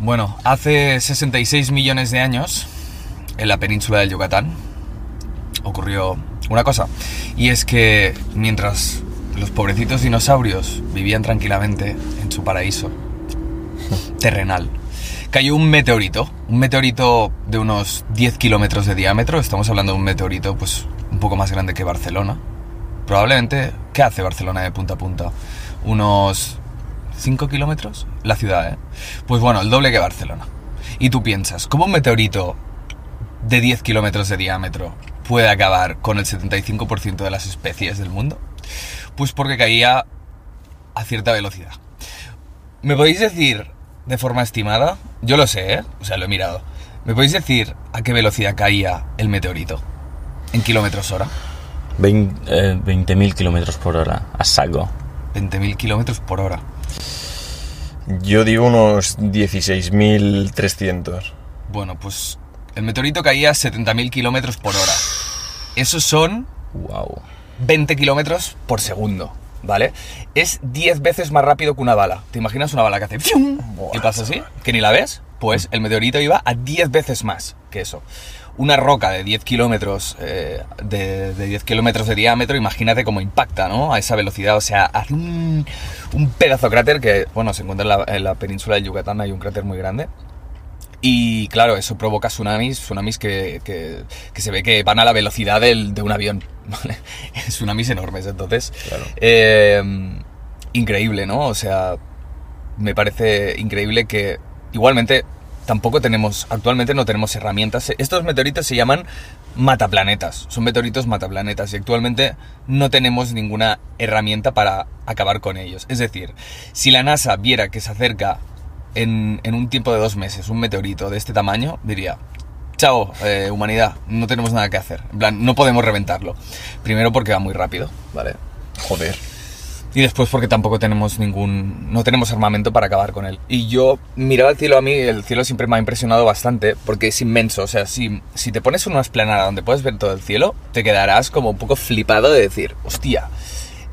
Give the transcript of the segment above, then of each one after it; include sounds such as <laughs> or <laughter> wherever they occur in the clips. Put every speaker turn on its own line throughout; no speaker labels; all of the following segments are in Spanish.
Bueno, hace 66 millones de años, en la península del Yucatán, ocurrió una cosa. Y es que mientras los pobrecitos dinosaurios vivían tranquilamente en su paraíso terrenal, cayó un meteorito. Un meteorito de unos 10 kilómetros de diámetro. Estamos hablando de un meteorito, pues, un poco más grande que Barcelona. Probablemente, ¿qué hace Barcelona de punta a punta? Unos 5 kilómetros, la ciudad, ¿eh? Pues bueno, el doble que Barcelona. Y tú piensas, ¿cómo un meteorito de 10 kilómetros de diámetro puede acabar con el 75% de las especies del mundo? Pues porque caía a cierta velocidad. ¿Me podéis decir de forma estimada? Yo lo sé, ¿eh? O sea, lo he mirado. ¿Me podéis decir a qué velocidad caía el meteorito? ¿En kilómetros hora?
Vein- eh, 20.000 kilómetros por hora, a saco.
20.000 kilómetros por hora.
Yo digo unos 16.300.
Bueno, pues el meteorito caía a 70.000 kilómetros por hora. Esos son
Wow.
20 kilómetros por segundo, ¿vale? Es 10 veces más rápido que una bala. ¿Te imaginas una bala que hace ¡fium! y pasa así? ¿Que ni la ves? Pues el meteorito iba a 10 veces más que eso. Una roca de 10 kilómetros eh, de, de 10 kilómetros de diámetro, imagínate cómo impacta, ¿no? A esa velocidad, o sea, hace un, un pedazo de cráter que, bueno, se encuentra en la, en la península de Yucatán, hay un cráter muy grande. Y claro, eso provoca tsunamis, tsunamis que, que- que se ve que van a la velocidad del- de un avión. <laughs> ¿vale? tsunamis enormes, entonces.
Claro.
Eh, increíble, ¿no? O sea, me parece increíble que igualmente tampoco tenemos, actualmente no tenemos herramientas. Estos meteoritos se llaman mataplanetas, son meteoritos mataplanetas y actualmente no tenemos ninguna herramienta para acabar con ellos. Es decir, si la NASA viera que se acerca en, en un tiempo de dos meses un meteorito de este tamaño, diría, Chao, eh, humanidad, no tenemos nada que hacer. En plan, no podemos reventarlo. Primero porque va muy rápido, ¿vale?
Joder.
Y después porque tampoco tenemos ningún... no tenemos armamento para acabar con él. Y yo miraba al cielo a mí, el cielo siempre me ha impresionado bastante porque es inmenso. O sea, si, si te pones en una esplanada donde puedes ver todo el cielo, te quedarás como un poco flipado de decir, hostia,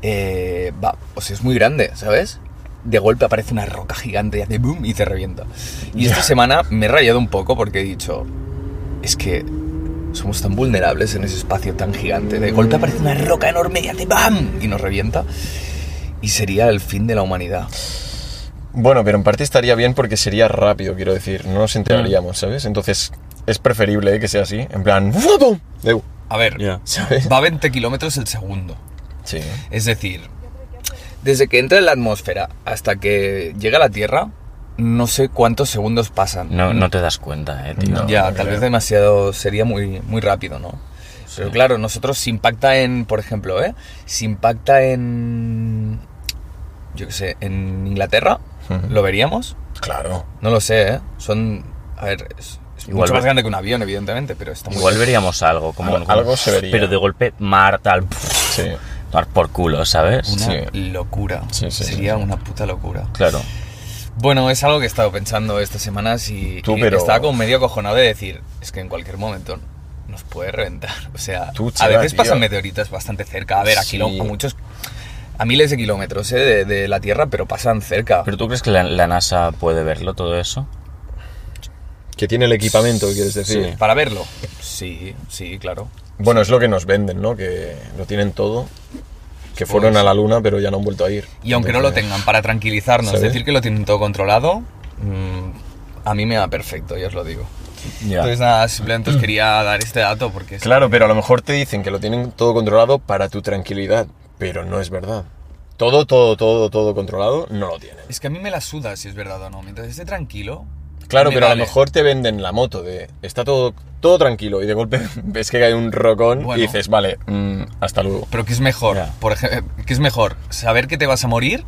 eh, va, o sea, es muy grande, ¿sabes? De golpe aparece una roca gigante y hace boom y te revienta. Y esta
Ya.
semana me he rayado un poco porque he dicho, es que somos tan vulnerables en ese espacio tan gigante. De golpe aparece una roca enorme y hace ¡bam! y nos revienta. Y sería el fin de la humanidad.
Bueno, pero en parte estaría bien porque sería rápido, quiero decir. No nos enteraríamos, ¿sabes? Entonces es preferible eh, que sea así. En plan... ¡fum! ¡Deu!
A ver,
Ya.
¿Sabes?
va a 20 kilómetros el segundo.
Sí.
Es decir, desde que entra en la atmósfera hasta que llega a la Tierra, no sé cuántos segundos pasan.
No, no te das cuenta, eh, tío.
No.
ya, tal
creo.
vez demasiado, sería muy, muy rápido, ¿no? Pero claro, nosotros si impacta en, por ejemplo, ¿eh? Si impacta en, yo qué sé, en Inglaterra,
Ujú.
¿lo veríamos?
Claro.
No lo sé, ¿eh? Son, a ver, es, es
Igual
mucho
ve-
más grande que un avión, evidentemente, pero está muy
Igual veríamos algo, como
Al-
algún-
algo se vería.
Pero de golpe, mar, tal,
Sí.
mar por culo, ¿sabes?
Una
Sí.
locura.
Sí, sí,
Sería
sí, sí.
una puta locura.
Claro.
Bueno, es algo que he estado pensando estas semanas y,
Tú,
y
pero-
estaba como medio acojonado de decir, es que en cualquier momento nos puede reventar. <laughs> O sea,
Tú,
a
chaval,
veces
tío.
pasan meteoritas bastante cerca, a ver, a,
Sí.
kilo- a muchos, a miles de kilómetros eh, de, de la Tierra, pero pasan cerca.
¿Pero tú crees que la, la NASA puede verlo todo eso?
Que tiene el equipamiento, quieres decir.
Sí.
Para verlo. Sí, sí, claro.
Bueno, es lo que nos venden, ¿no? Que lo tienen todo. Que fueron
Pues-
a la luna, pero ya no han vuelto a ir.
Y aunque no lo
Entonces-
tengan, para tranquilizarnos,
¿Sabes?
decir que lo tienen todo controlado, mm, a mí me va perfecto, ya os lo digo.
Ya.
Entonces Pues nada, simplemente os quería dar este dato porque es
Mm. Claro, pero a lo mejor te dicen que lo tienen todo controlado para tu tranquilidad, pero no es verdad. Todo, todo, todo, todo controlado no lo tienen.
Es que a mí me la suda si es verdad o no. Mientras esté tranquilo.
Claro,
me
pero a
vale.
lo mejor te venden la moto de está todo, todo tranquilo y de golpe <laughs> ves que cae un rocón
Bueno.
y dices, vale, mm, hasta luego.
Pero ¿qué es mejor?
Ya.
Por ejemplo, ¿qué es mejor? ¿Saber que te vas a morir?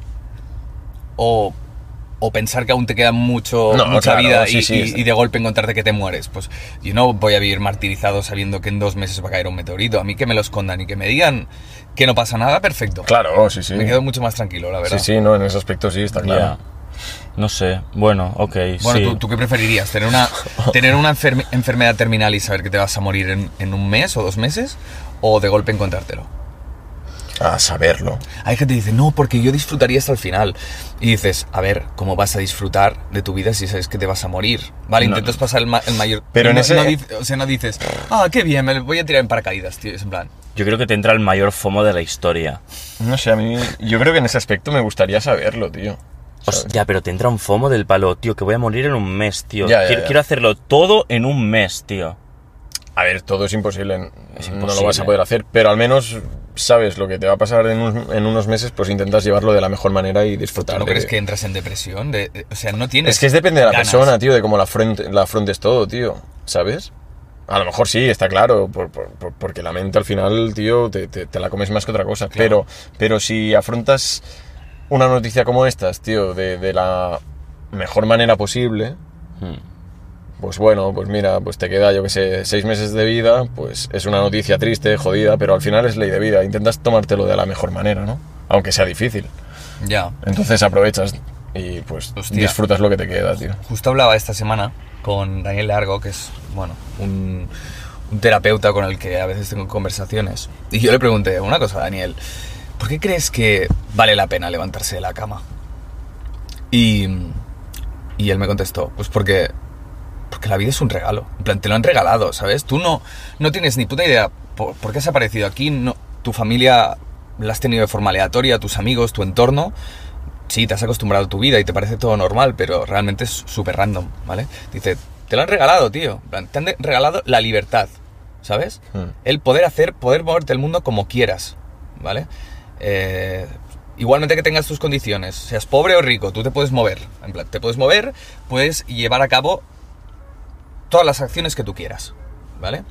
¿O, o pensar que aún te queda mucho,
No,
mucha
claro,
vida
sí,
y,
sí,
y-
sí.
y de golpe encontrarte que te mueres? Pues yo no voy a vivir martirizado sabiendo que en dos meses va a caer un meteorito. A mí que me lo escondan y que me digan que no pasa nada, perfecto.
Claro, oh, sí, sí.
Me quedo mucho más tranquilo, la verdad.
Sí, sí, no, en ese aspecto sí, está claro.
Ya. No sé. Bueno, ok,
Bueno,
sí.
¿tú, tú qué preferirías? ¿Tener
<laughs>
una, tener una enferme- enfermedad terminal y saber que te vas a morir en, en un mes o dos meses? ¿O de golpe encontrártelo?
A saberlo.
Hay gente que dice, no, porque yo disfrutaría hasta el final. Y dices, a ver, ¿cómo vas a disfrutar de tu vida si sabes que te vas a morir? Vale,
No,
intentas pasar el, ma- el mayor...
Pero en
no-
ese-
no dic- o sea, no dices, ah, qué bien, me lo voy a tirar en paracaídas, tío. Es en plan...
Yo creo que te entra el mayor FOMO de la historia.
No sé, a mí. Yo creo que en ese aspecto me gustaría saberlo, tío. ¿Sabes?
Hostia, pero te entra un FOMO del palo, tío, que voy a morir en un mes, tío.
Ya, ya,
quiero,
ya.
quiero hacerlo todo en un mes, tío.
A ver, todo es imposible.
Es
No lo vas a
imposible.
poder hacer, pero al menos sabes lo que te va a pasar en, un- en unos meses, pues intentas llevarlo de la mejor manera y disfrutar.
¿No
de-
crees que entras en depresión? De- de- o sea, no tienes.
Es que es depende de la
ganas.
persona, tío, de cómo la afrontes la afrontes todo, tío. ¿Sabes? A lo mejor sí, está claro, por- por- por- porque la mente al final, tío, te, te- te la comes más que otra cosa.
Claro.
Pero, pero si afrontas una noticia como estas, tío, de, de la mejor manera posible, Hmm. pues bueno, pues mira, pues te queda, yo que sé, seis meses de vida, pues es una noticia triste, jodida, pero al final es ley de vida. Intentas tomártelo de la mejor manera, ¿no? Aunque sea difícil.
Ya.
Entonces aprovechas y pues
Hostia.
disfrutas lo que te queda, tío.
Justo hablaba esta semana con Daniel Largo, que es, bueno, un, un terapeuta con el que a veces tengo conversaciones. Y yo le pregunté una cosa, Daniel, ¿por qué crees que vale la pena levantarse de la cama? Y, y él me contestó, pues porque, porque la vida es un regalo. En plan, te lo han regalado, ¿sabes? Tú no, no tienes ni puta idea por, por qué has aparecido aquí. No, tu familia la has tenido de forma aleatoria, tus amigos, tu entorno sí, te has acostumbrado a tu vida y te parece todo normal, pero realmente es súper random, ¿vale? Dice, te lo han regalado, tío. En plan, Te han de- regalado la libertad, ¿sabes?
Hmm.
El poder hacer, poder moverte el mundo como quieras, ¿vale? Eh, igualmente que tengas tus condiciones, seas pobre o rico, tú te puedes mover. En plan, te puedes mover, puedes llevar a cabo todas las acciones que tú quieras, ¿vale?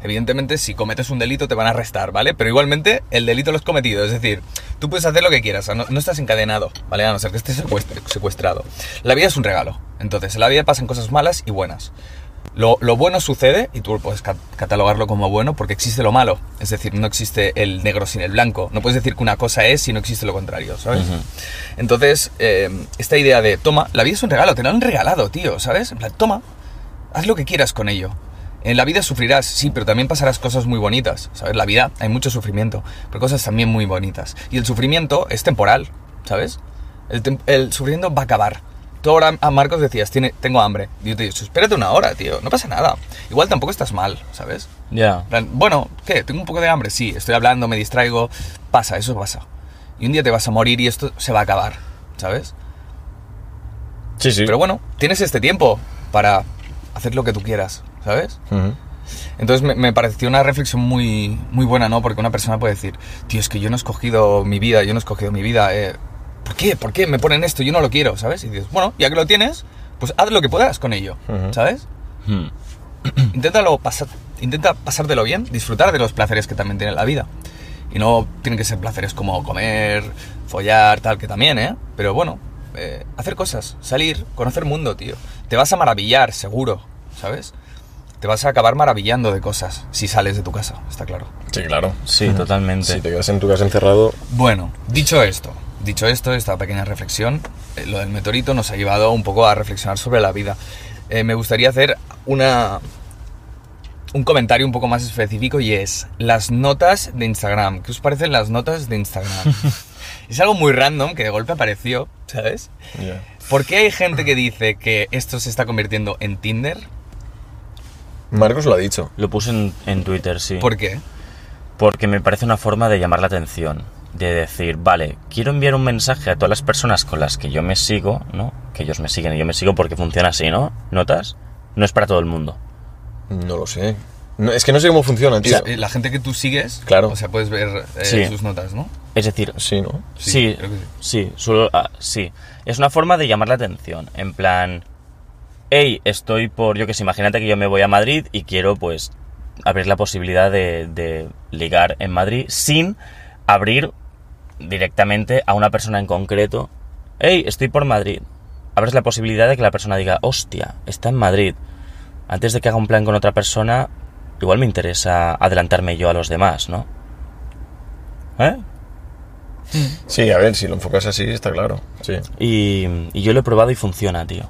Evidentemente, si cometes un delito te van a arrestar, ¿vale? Pero igualmente el delito lo has cometido, es decir, tú puedes hacer lo que quieras, no, no estás encadenado, ¿vale? A no ser que estés secuestre- secuestrado. La vida es un regalo, entonces en la vida pasan cosas malas y buenas. Lo, lo bueno sucede, y tú puedes ca- catalogarlo como bueno, porque existe lo malo. Es decir, no existe el negro sin el blanco. No puedes decir que una cosa es si no existe lo contrario, ¿sabes? Entonces, eh, esta idea de, toma, la vida es un regalo, te lo han regalado, tío, ¿sabes? En plan, toma, haz lo que quieras con ello. En la vida sufrirás, sí, pero también pasarás cosas muy bonitas. ¿Sabes? La vida hay mucho sufrimiento, pero cosas también muy bonitas. Y el sufrimiento es temporal, ¿sabes? El, tem- el sufrimiento va a acabar. Tú ahora a Marcos decías, Tiene, tengo hambre. Y yo te digo, espérate una hora, tío, no pasa nada. Igual tampoco estás mal, ¿sabes?
Ya.
En plan, Bueno, ¿qué? Tengo un poco de hambre, sí, estoy hablando, me distraigo, pasa, eso pasa. Y un día te vas a morir y esto se va a acabar, ¿sabes?
Sí, sí.
Pero bueno, tienes este tiempo para hacer lo que tú quieras, ¿sabes?
Ujú.
Entonces me, me pareció una reflexión muy, muy buena, ¿no? Porque una persona puede decir, tío, es que yo no he escogido mi vida, yo no he escogido mi vida. eh, ¿Por qué? ¿Por qué me ponen esto? Yo no lo quiero, ¿sabes? Y dices, bueno, ya que lo tienes, pues haz lo que puedas con ello,
Ujú.
¿sabes?
Hmm.
Inténtalo pasar, intenta pasártelo bien, disfrutar de los placeres que también tiene la vida. Y no tienen que ser placeres como comer, follar, tal, que también, ¿eh? Pero bueno, eh, hacer cosas, salir, conocer mundo, tío. Te vas a maravillar, seguro, ¿sabes? Te vas a acabar maravillando de cosas si sales de tu casa, está claro.
Sí, claro.
Sí, totalmente.
Si Hmm. te quedas en tu casa encerrado,
Bueno, dicho esto, dicho esto, esta pequeña reflexión, eh, lo del meteorito nos ha llevado un poco a reflexionar sobre la vida. Eh, me gustaría hacer una un comentario un poco más específico y es las notas de Instagram. ¿Qué os parecen las notas de
<laughs>
Instagram? es algo muy random que de golpe apareció, ¿sabes?
ya.
¿Por qué hay gente que dice que esto se está convirtiendo en Tinder?
Marcos lo ha dicho.
Lo puse en, en Twitter, sí.
¿Por qué?
Porque me parece una forma de llamar la atención. De decir, vale, quiero enviar un mensaje a todas las personas con las que yo me sigo, ¿no? Que ellos me siguen y yo me sigo porque funciona así, ¿no? ¿Notas? No es para todo el mundo.
No lo sé. No, es que no sé cómo funciona,
O
tío.
sea, eh, la gente que tú sigues,
Claro.
o sea, puedes ver eh,
Sí.
sus notas, ¿no?
Es decir,
Sí, ¿no?
Sí,
sí,
creo que sí.
sí, solo, ah, sí. Es una forma de llamar la atención. En plan, hey, estoy por, yo que sé, imagínate que yo me voy a Madrid y quiero, pues, abrir la posibilidad de, de ligar en Madrid sin abrir directamente a una persona en concreto. Hey, estoy por Madrid. Abres la posibilidad de que la persona diga, hostia, está en Madrid. Antes de que haga un plan con otra persona, igual me interesa adelantarme yo a los demás, ¿no? ¿Eh?
Sí, a ver, si lo enfocas así, está claro. Sí.
Y, y yo lo he probado y funciona, tío.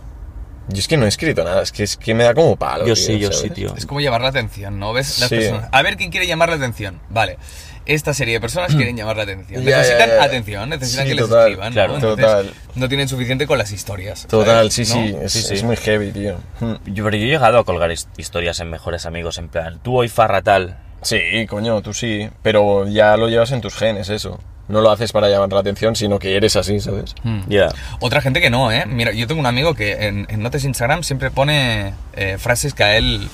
Yo es que no he escrito nada, es que, es que me da como palo.
Yo
tío,
sí, yo
¿sabes?
sí, tío.
Es como llamar la atención, ¿no? ¿Ves? Las
Sí.
personas. A ver quién quiere llamar la atención. Vale. Esta serie de personas quieren llamar la atención.
Mm. Ya, ya,
necesitan
ya, ya.
atención, necesitan
Sí,
que les
total,
escriban. ¿no?
claro.
Entonces,
Total.
No tienen suficiente con las historias.
Total,
¿sabes?
sí,
Eh, ¿No?
sí, es,
Sí, sí.
es muy heavy, tío. Hmm.
Yo- pero yo he llegado a colgar his- historias en mejores amigos, en plan, tú hoy farra tal.
Sí, coño, tú sí, pero ya lo llevas en tus genes eso. No lo haces para llamar la atención, sino que eres así, ¿sabes?
Hmm.
Ya.
Otra gente que no, ¿eh? Mira, yo tengo un amigo que en, en Notes Instagram siempre pone eh, frases que a él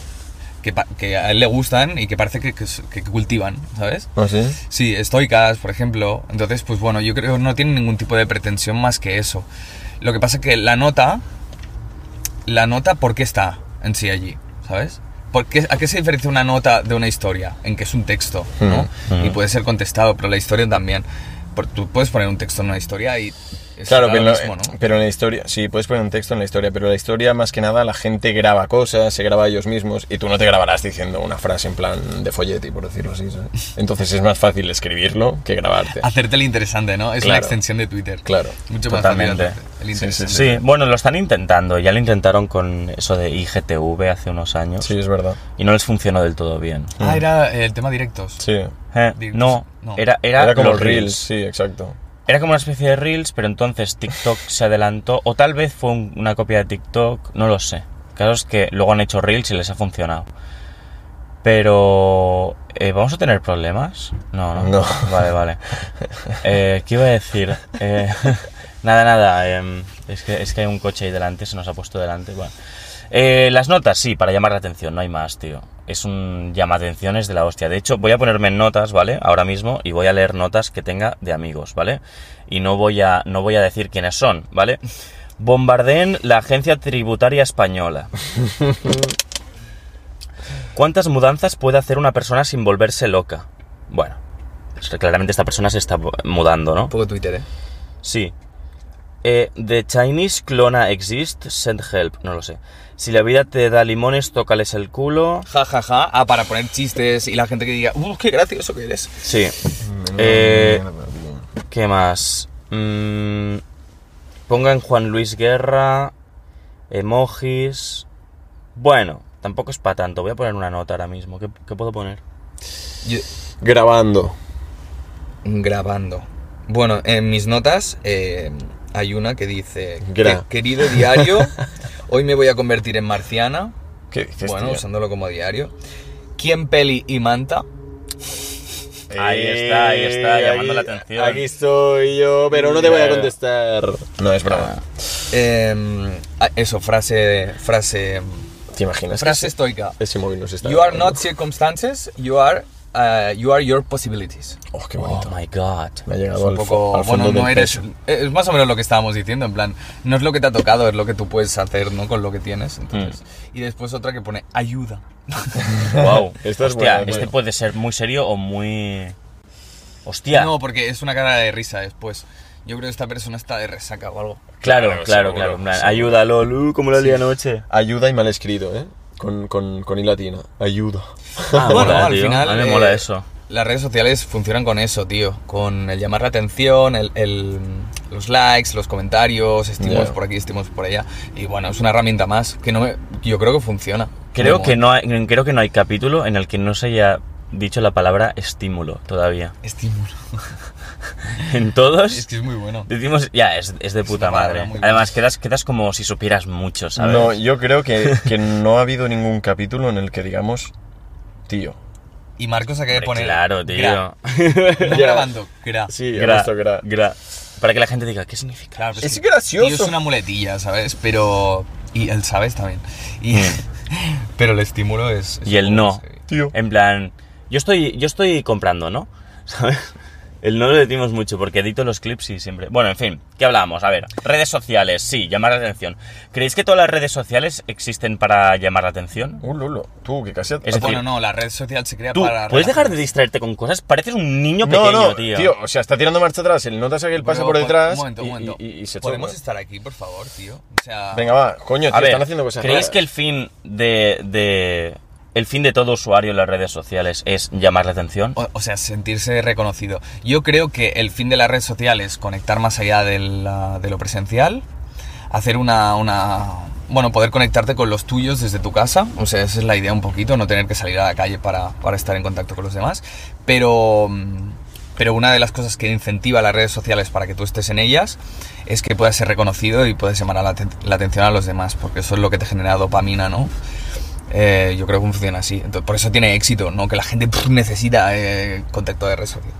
que, pa- que a él le gustan y que parece que, que s- que cultivan, ¿sabes?
¿No sí?
Sí, estoicas, por ejemplo. Entonces, pues bueno, yo creo que no tiene ningún tipo de pretensión más que eso. Lo que pasa que la nota, la nota, ¿por qué está en sí allí? ¿Sabes? ¿Por qué- ¿A qué se diferencia una nota de una historia? En que es un texto, ¿no?
Ujú.
Y puede ser contestado, pero la historia también. Por- tú puedes poner un texto en una historia y... es
Claro, eh, pero,
lo
en la-
mismo, ¿no?
pero en la historia, sí, puedes poner un texto en la historia, pero la historia más que nada la gente graba cosas, se graba ellos mismos y tú no te grabarás diciendo una frase en plan de follete, por decirlo así, ¿sabes? Entonces es más fácil escribirlo que grabarte.
Hacerte el interesante, ¿no? Es una
Claro.
extensión de Twitter.
Claro.
Mucho más
Totalmente.
fácil hacerte el interesante.
Sí, bueno, lo están intentando. Ya lo intentaron con eso de IGTV hace unos años
Sí, es verdad.
y no les funcionó del todo bien.
Ah, era el tema directos.
Sí.
Eh,
Reels,
no,
no.
Era, era,
Era como
los
reels.
reels.
sí, exacto.
Era como una especie de reels, pero entonces TikTok se adelantó. O tal vez fue un- una copia de TikTok, no lo sé. Claro es que luego han hecho reels y les ha funcionado. Pero... eh, ¿Vamos a tener problemas? No, no.
No.
Vale, vale. Eh, ¿Qué iba a decir? Eh, <laughs> nada, nada. em, es, que, es que hay un coche ahí delante, se nos ha puesto delante. Bueno. Eh, las notas, sí, para llamar la atención, no hay más, tío. Es un llama atenciones de la hostia. De hecho, voy a ponerme en notas, ¿vale? Ahora mismo y voy a leer notas que tenga de amigos, ¿vale? Y no voy a, no voy a decir quiénes son, ¿vale? Bombardeen la agencia tributaria española. ¿Cuántas mudanzas puede hacer una persona sin volverse loca? Bueno, pues claramente esta persona se está mudando, ¿no?
Un poco Twitter, ¿eh?
Sí. Eh, the Chinese clona exist, send help. No lo sé. Si la vida te da limones, tócales el culo.
Ja, ja, ja. Ah, para poner chistes y la gente que diga, ¡uh, qué gracioso que eres!
Sí. Eh, ¿Qué más? Mm, pongan Juan Luis Guerra, emojis. Bueno, tampoco es para tanto. Voy a poner una nota ahora mismo. ¿Qué, qué puedo poner?
Yo- mm,
Grabando.
grabando. Bueno, en mis notas eh, hay una que dice,
Gra.
"Que- querido
<laughs>
diario, hoy me voy a convertir en marciana.
¿Qué dices,
Bueno,
tío?
usándolo como diario. ¿Quién peli y manta?
Ahí está, ahí está, llamando la atención.
Eh, Aquí estoy yo, pero no te voy a
Claro.
contestar. No, es broma.
Em, ah, eso, frase, frase,
¿Te imaginas? que
frase
ese-
estoica.
Ese móvil nos está.
You are
grabando?
not circumstances, you are, uh, you are your possibilities.
Oh, qué
Oh
bonito.
my god.
Me ha llegado
Es un
al, fo-
poco,
al fondo
bueno, no
del
eres, eh,
pecho.
es más o menos lo que estábamos diciendo, en plan, no es lo que te ha tocado, es lo que tú puedes hacer, ¿no? Con lo que tienes, entonces.
Mm.
Y después otra que pone
<laughs>
ayuda.
<laughs>
Wow.
Esta es
Hostia,
buena, es
este
buena.
puede ser muy serio o muy. Hostia.
No, porque es una cara de risa después. Yo creo que esta persona está de resaca o algo.
Claro, claro,
Claro,
claro.
seguro,
en plan,
seguro.
Ayúdalo, Lu, como lo lié anoche.
Ayuda y mal escrito, ¿eh? Con, con, con I latina. Ayuda.
Ah,
<laughs>
bueno,
mola,
al
tío.
final.
A mí me
eh,
mola eso.
Las redes sociales funcionan con eso, tío. Con el llamar la atención, el, el- los likes, los comentarios, estímulos
Ya.
por aquí, estímulos por allá. Y bueno, es una herramienta más que no me, yo creo que funciona.
Creo
Como
que, no hay, creo que no hay capítulo en el que no se haya dicho la palabra estímulo todavía. <laughs>
Estímulo.
En todos
Es que es muy bueno.
decimos, ya, es, es de
Es
puta
una palabra
madre.
muy buena.
Además, quedas, quedas como si supieras mucho, ¿sabes?
No, yo creo que, que no ha habido ningún capítulo en el que digamos, tío.
Y Marcos acaba de
Hombre,
poner.
claro,
gra.
<laughs>
<laughs>
tío.
No
Ya.
grabando, gra.
Sí,
Gra,
esto gra.
gra. Para que la gente diga, ¿qué significa?
Claro, pero
Es
que,
gracioso.
tío, es una muletilla, ¿sabes? Pero. Y el sabes también. Y, <laughs> pero el estímulo es. es
Mm. Y el
un poco
no.
más, eh.
Tío.
En plan, yo estoy, yo estoy comprando, ¿no? <laughs> ¿Sabes? El no lo decimos mucho porque edito los clips y siempre. Bueno, en fin, ¿qué hablábamos? A ver, redes sociales, sí, llamar la atención. ¿Creéis que todas las redes sociales existen para llamar la atención?
Uh, Lolo. Tú, que casi.
Es decir,
bueno, no, la red social se crea
Tú,
para.
¿puedes dejar de
relaciones.
distraerte con cosas? Pareces un niño
no,
pequeño,
no,
tío.
O sea, está tirando marcha atrás. El nota que él pasa
Pero,
por
po-
detrás.
Un momento, un
y-
momento.
Y, y- y se
¿Podemos
choca.
estar aquí, por favor, tío? O sea.
Venga, va. Coño, tío,
A ver,
están haciendo cosas
¿creéis
raras.
que el fin de, de- El fin de todo usuario en las redes sociales es llamar la
Oh,
atención?
O, o sea, sentirse reconocido. Yo creo que el fin de la red social es conectar más allá de, la- de lo presencial, hacer una, una, bueno, poder conectarte con los tuyos desde tu casa. O sea, esa es la idea un poquito, no tener que salir a la calle para, para estar en contacto con los demás. Pero, mm, pero una de las cosas que incentiva las redes sociales para que tú estés en ellas es que puedas ser reconocido y puedas llamar la, aten- la atención a los demás, porque eso es lo que te genera dopamina, ¿no? Eh, yo creo que funciona así. Entonces, por eso tiene éxito, ¿no? Que la gente pff, necesita eh, contacto de red social.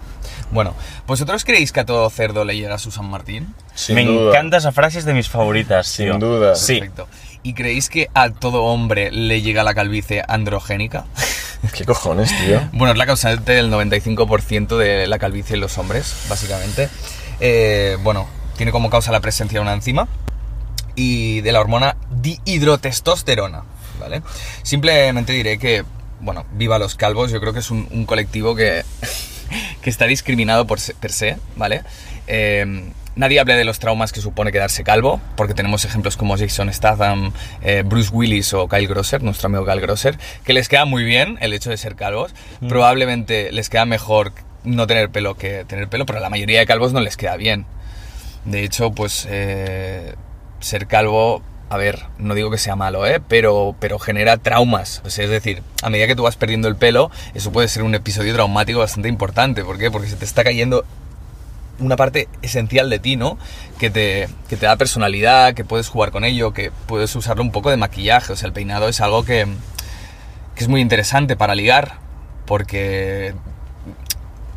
Bueno, ¿vosotros creéis que a todo cerdo le llega a San Martín?
Sin
Me
duda.
encanta esa frase, es de mis favoritas,
Sin
tío.
duda.
Sí.
Perfecto. ¿Y creéis que a todo hombre le llega la calvicie androgénica?
<laughs> ¿Qué cojones,
<laughs>
tío?
Bueno, es la causante del 95% de la calvicie en los hombres, básicamente. Eh, bueno, tiene como causa la presencia de una enzima y de la hormona dihidrotestosterona, ¿vale? Simplemente diré que, bueno, viva los calvos, yo creo que es un, un colectivo que, que está discriminado por se- per se, ¿vale? Eh, nadie habla de los traumas que supone quedarse calvo, porque tenemos ejemplos como Jason Statham, eh, Bruce Willis o Kyle Grosser, nuestro amigo Kyle Grosser, que les queda muy bien el hecho de ser calvos. Probablemente les queda mejor no tener pelo que tener pelo, pero a la mayoría de calvos no les queda bien. De hecho, pues eh, ser calvo, a ver, no digo que sea malo, ¿eh? pero, pero genera traumas. O sea, es decir, a medida que tú vas perdiendo el pelo, eso puede ser un episodio traumático bastante importante. ¿Por qué? Porque se te está cayendo una parte esencial de ti, ¿no? Que te, que te da personalidad, que puedes jugar con ello, que puedes usarlo un poco de maquillaje. O sea, el peinado es algo que, que es muy interesante para ligar, porque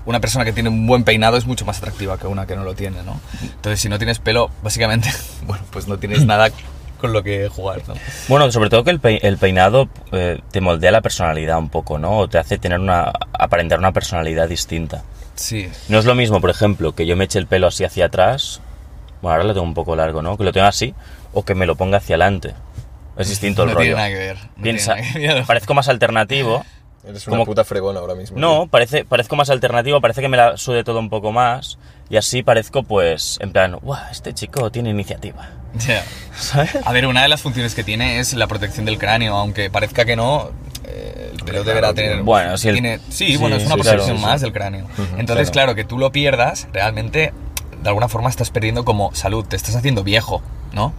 una persona que tiene un buen peinado es mucho más atractiva que una que no lo tiene, ¿no? Entonces, si no tienes pelo, básicamente, <laughs> bueno, pues no tienes nada con lo que jugar, ¿no?
Bueno, sobre todo que el, pe- el peinado eh, te moldea la personalidad un poco, ¿no? O te hace tener una, aparentar una personalidad distinta.
Sí,
No es lo mismo, por ejemplo, que yo me eche el pelo así hacia atrás. Bueno, ahora lo tengo un poco largo, ¿no? Que lo tenga así o que me lo ponga hacia adelante. Es distinto el
no
rollo.
tiene nada que ver. no tiene
Piensa,
nada que ver. <laughs>
parezco más alternativo.
Eres una
Como-
puta fregona ahora mismo.
No, parece, parezco más alternativo, parece que me la sude todo un poco más. Y así parezco, pues, en plan, ¡guau! Este chico tiene iniciativa. <laughs>
Ya.
¿Sabes?
A ver, una de las funciones que tiene es la protección del cráneo, aunque parezca que no, eh, el pelo deberá tener...
Bueno, si el-
tiene- sí,
sí,
bueno, es una
sí,
protección
claro, sí,
más
sí.
del cráneo. Entonces,
claro.
claro. que tú lo pierdas, realmente, de alguna forma estás perdiendo como salud, te estás haciendo viejo, ¿no?